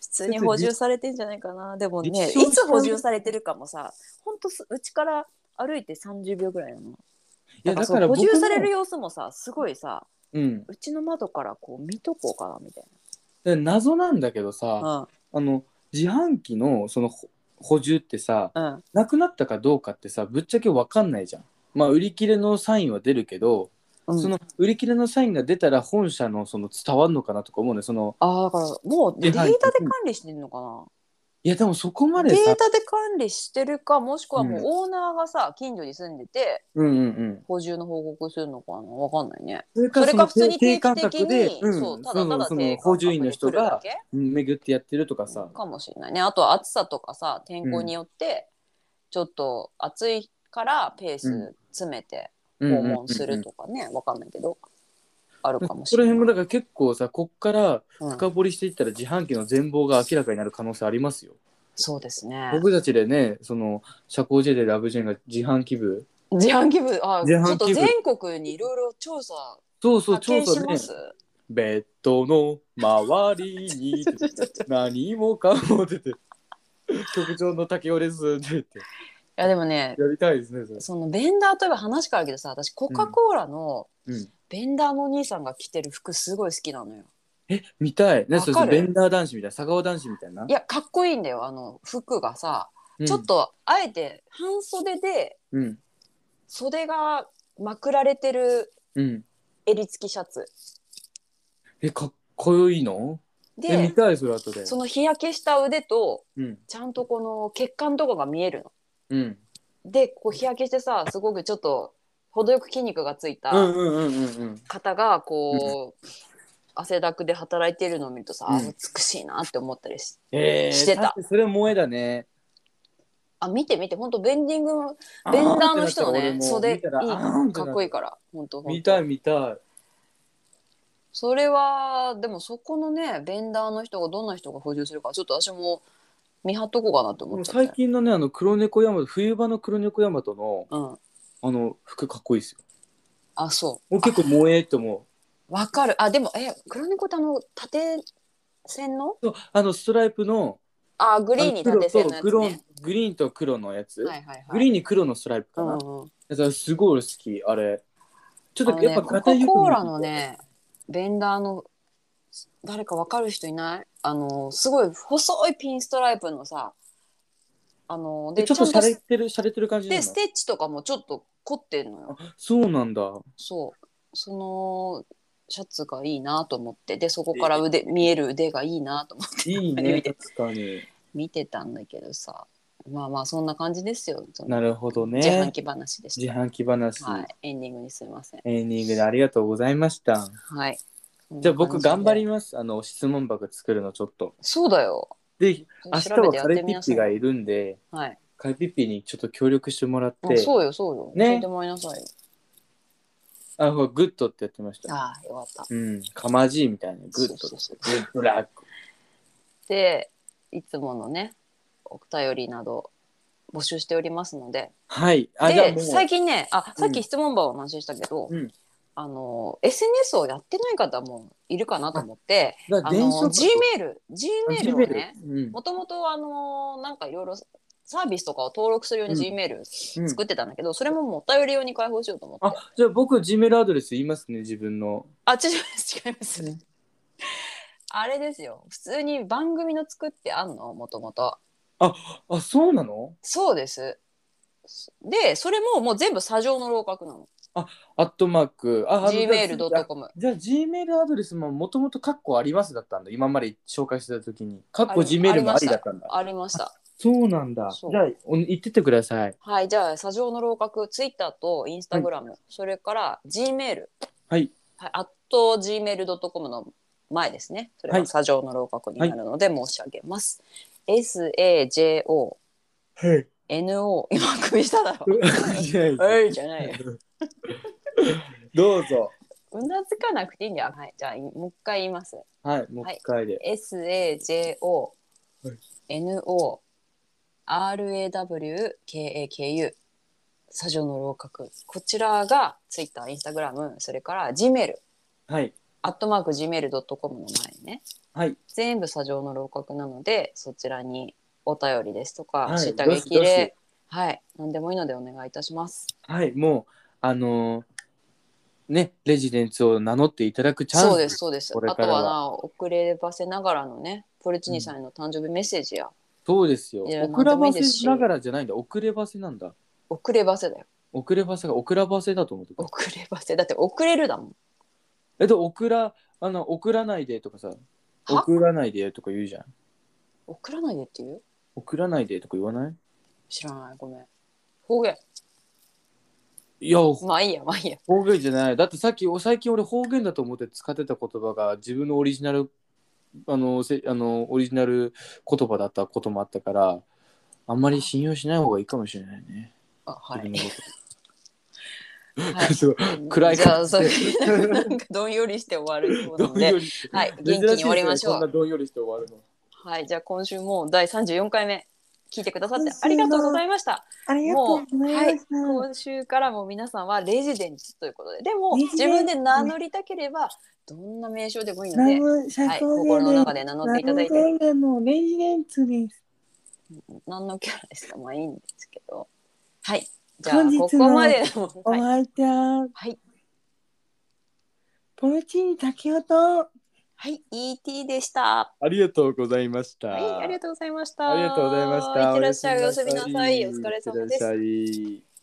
普通に補充されてんじゃないかなでもねい立証つ補充されてるかもさほんとすうちから歩いて30秒ぐらいなのいやだだかからら補僕も充される様子もさすごいさうん、だかうちの窓からこう見とこうかなみたいら謎なんだけどさ、なあの自販機のそのほ補充ってさうんうんなくなったかどうかってさぶっちゃけ分かんないじゃん。まあ売り切れのサインは出るけど、うんその売り切れのサインが出たら本社のその伝わるのかなとか思うねそのあーだからもうデータで管理してるのかいやでもそこまな、でデーさタで管理してるかもしくはもうオーナーがさ近所に住んでてうんうんうん補充の報告するのかなわかんないねそれそれか普通に定定期感的覚にで、うん、そうただただその定補感充員覚のに来人るだがけうん巡ってやってるとかさ、かもしれないねあとは暑さとかさ天候によってちょっと暑いからペース詰めてうんうん訪うんうん問するとかねわかんないけどあるかもしそのれない辺もだから結構さこっからうん深掘りしていったら自販機の全貌が明らかになる可能性ありますよ。そうですね僕たちでねその社交辞令ラブジェンが自販機部自販機部あち自販機ょ部っと全国にいろいろ調査そうそう発調見査しねますベッドの周りに何もかも出て局長の竹雄ですって言っていやでもねやりたいですねそれ。そのベンダーといえば話変わるけどさ私コカ・コーラのうんベンダーのお兄さんが着てる服すごい好きなのよえ見たいねわかそる、れそれベンダー男子みたいな佐川男子みたいないやかっこいいんだよあの服がさうんちょっ、とあえて半袖でうん袖がまくられてるうん、襟付きシャツえかっこよいのえ見でたいそれ後でその日焼けした腕とうんちゃんとこの血管とかが見えるうんの。でこう日焼けしてさすごくちょっと程よく筋肉がついうんたうんうんうんうん方がこう、汗だくで働いてるのを見るとさ、あうん美しいなって思ったりしえー、してた確かにそれ萌えだねあ見て見て本当ベンディングあベンーダーの人のってねなった袖い俺も見いたらあーってなったかっこいいから本当見たい見たいそれはでもそこのねベンダーの人がどんな人が補充するかちょっと私も見張っとこうかなとも思うっちゃっ最て、近のねあの黒猫ヤマト冬場の黒猫ヤマトのうん、あの服かっこいいですよあそもう結構萌えって思うわかるあでもえ黒猫ってあの縦線のうそうあのストライプのあググリーンに縦線のやつグロねグリーンと黒のやつ、はいはいはいグリーンに黒のストライプかうな、んやうんつはすごい俺好きあれちょあっのとねやっぱコカ・よく見るコーラのねベンダーの誰かわかる人いないあのすごい細いピンストライプのさあのえでちょっとちゃ洒ん落とてる洒落てる感じなでのステッチとかもちょっと凝ってんのよそうなんだそうそのシャツがいいなと思ってでそこから腕、見える腕がいいなと思って *laughs* いい見ねて確かに見てたんだけどさまあまあそんな感じですよそのなるほどね自販機話でし自た、販機話、はい、エンディングにすいませんエンディングでありがとうございましたはいじゃあ僕頑張りまますあの質問箱作るのちょっとそうだよで明日調べはてやカっレてみピッなさピいがいるんではい。カレピッピにちょっと協力してもらっあてそうよ、そうよ。ね教えてもらいなさいよ。あほらグッドってやってましたああ、よかった。うんかまじいみたいなグッドそうそうそうグッドラックで、いつものね、お便りなど募集しておりますので。はいあじゃあで、もう最近ね、あ、さっうきん質問箱の話したけど、うんあの、SNS をやってない方もいるかなと思って、だかあら電の、車 Gmail、Gmail をね、うんもともとあの、なんかいろいろサービスとかを登録するように Gmail うん作ってたんだけど、それももうお便り用に開放しようと思って。あじゃあ僕 G メールアドレス言いますね自分のあ、違います、違います。あれですよ。普通に番組の作ってあんのもともと。あそうなのそうです。で、それももう全部砂上の楼閣なの。アットマークああの gmail.com。じゃあ Gmail アドレスももともとカッコありますだったんだ今まで紹介してた時にカッコあり Gmail もありだったんだありました。そうなんだそうじゃあお言っててくださいはい、じゃあ、砂上の楼閣、ツイッターとインスタグラム、それから gmail、はいはい、あと gmail.com の前ですね。それははい砂上の楼閣になるので申し上げます。sajo, no, 今首しただろ。えいじゃないよ。 *laughs* どうぞうなずかなくていいんだよ。はい、じゃあいもう一回言います。はいもう一回で S A J O N O R A W K A K U 砂上の楼閣こちらがツイッター、インスタグラム、それから G メールはいアットマーク G メールドットコムの前にね、はい全部砂上の楼閣なのでそちらにお便りですとか、はい知ったどし激どし励、はい、何でもいいのでお願いいたします。はいもうあのーねレジデンツを名乗っていただくチャンスそうですそうですこれあかとらははな遅ればせながらのねポルチニさんへの誕生日メッセージや、そうですよいや遅れなんでもいばいですしせながらじゃないんだ遅ればせなんだ遅ればせだよ遅ればせが遅らばせだと思ってた遅ればせだって遅れるだもんえっと、送ら、あの、送らないでとかさ、は送らないでとか言うじゃん。送らないでっていう送らないでとか言わない知らないごめん方言いや、方まあいいやまあいいや言じゃない。だってさっき、お最近俺方言だと思って使ってた言葉が自分のオリジナル、あの、せあのオリジナル言葉だったこともあったから、あんまり信用しない方がいいかもしれないね。あは自い分のこはいと暗いじゃ感あじそうでなんかどんよりして終わるそうなのどんよでりしてはい元気に終わりまし珍いですねょうこんなどんよりして終わるの。はいじゃあ今週も第34回目聞いてくださってありがとうございましたありがとうもごうざはいいま今週からも皆さんはレジデンツということででもレジ自デンツ分で名乗りたければどんな名称でもいいす。のでムシはい、心の中で名乗っていただいて、ガのレジデンツです。何のキャラですか、まあいいんですけど。はい、じゃあ、本日のここまでのお問題。相手ははい、ポルチーニ竹雄と。はい、E.T. でした。ありがとうございました。はい、ありがとうございました。ありがとうございました。いってらっしゃい、おやすみなさい、お疲れ様です。いってらっしゃい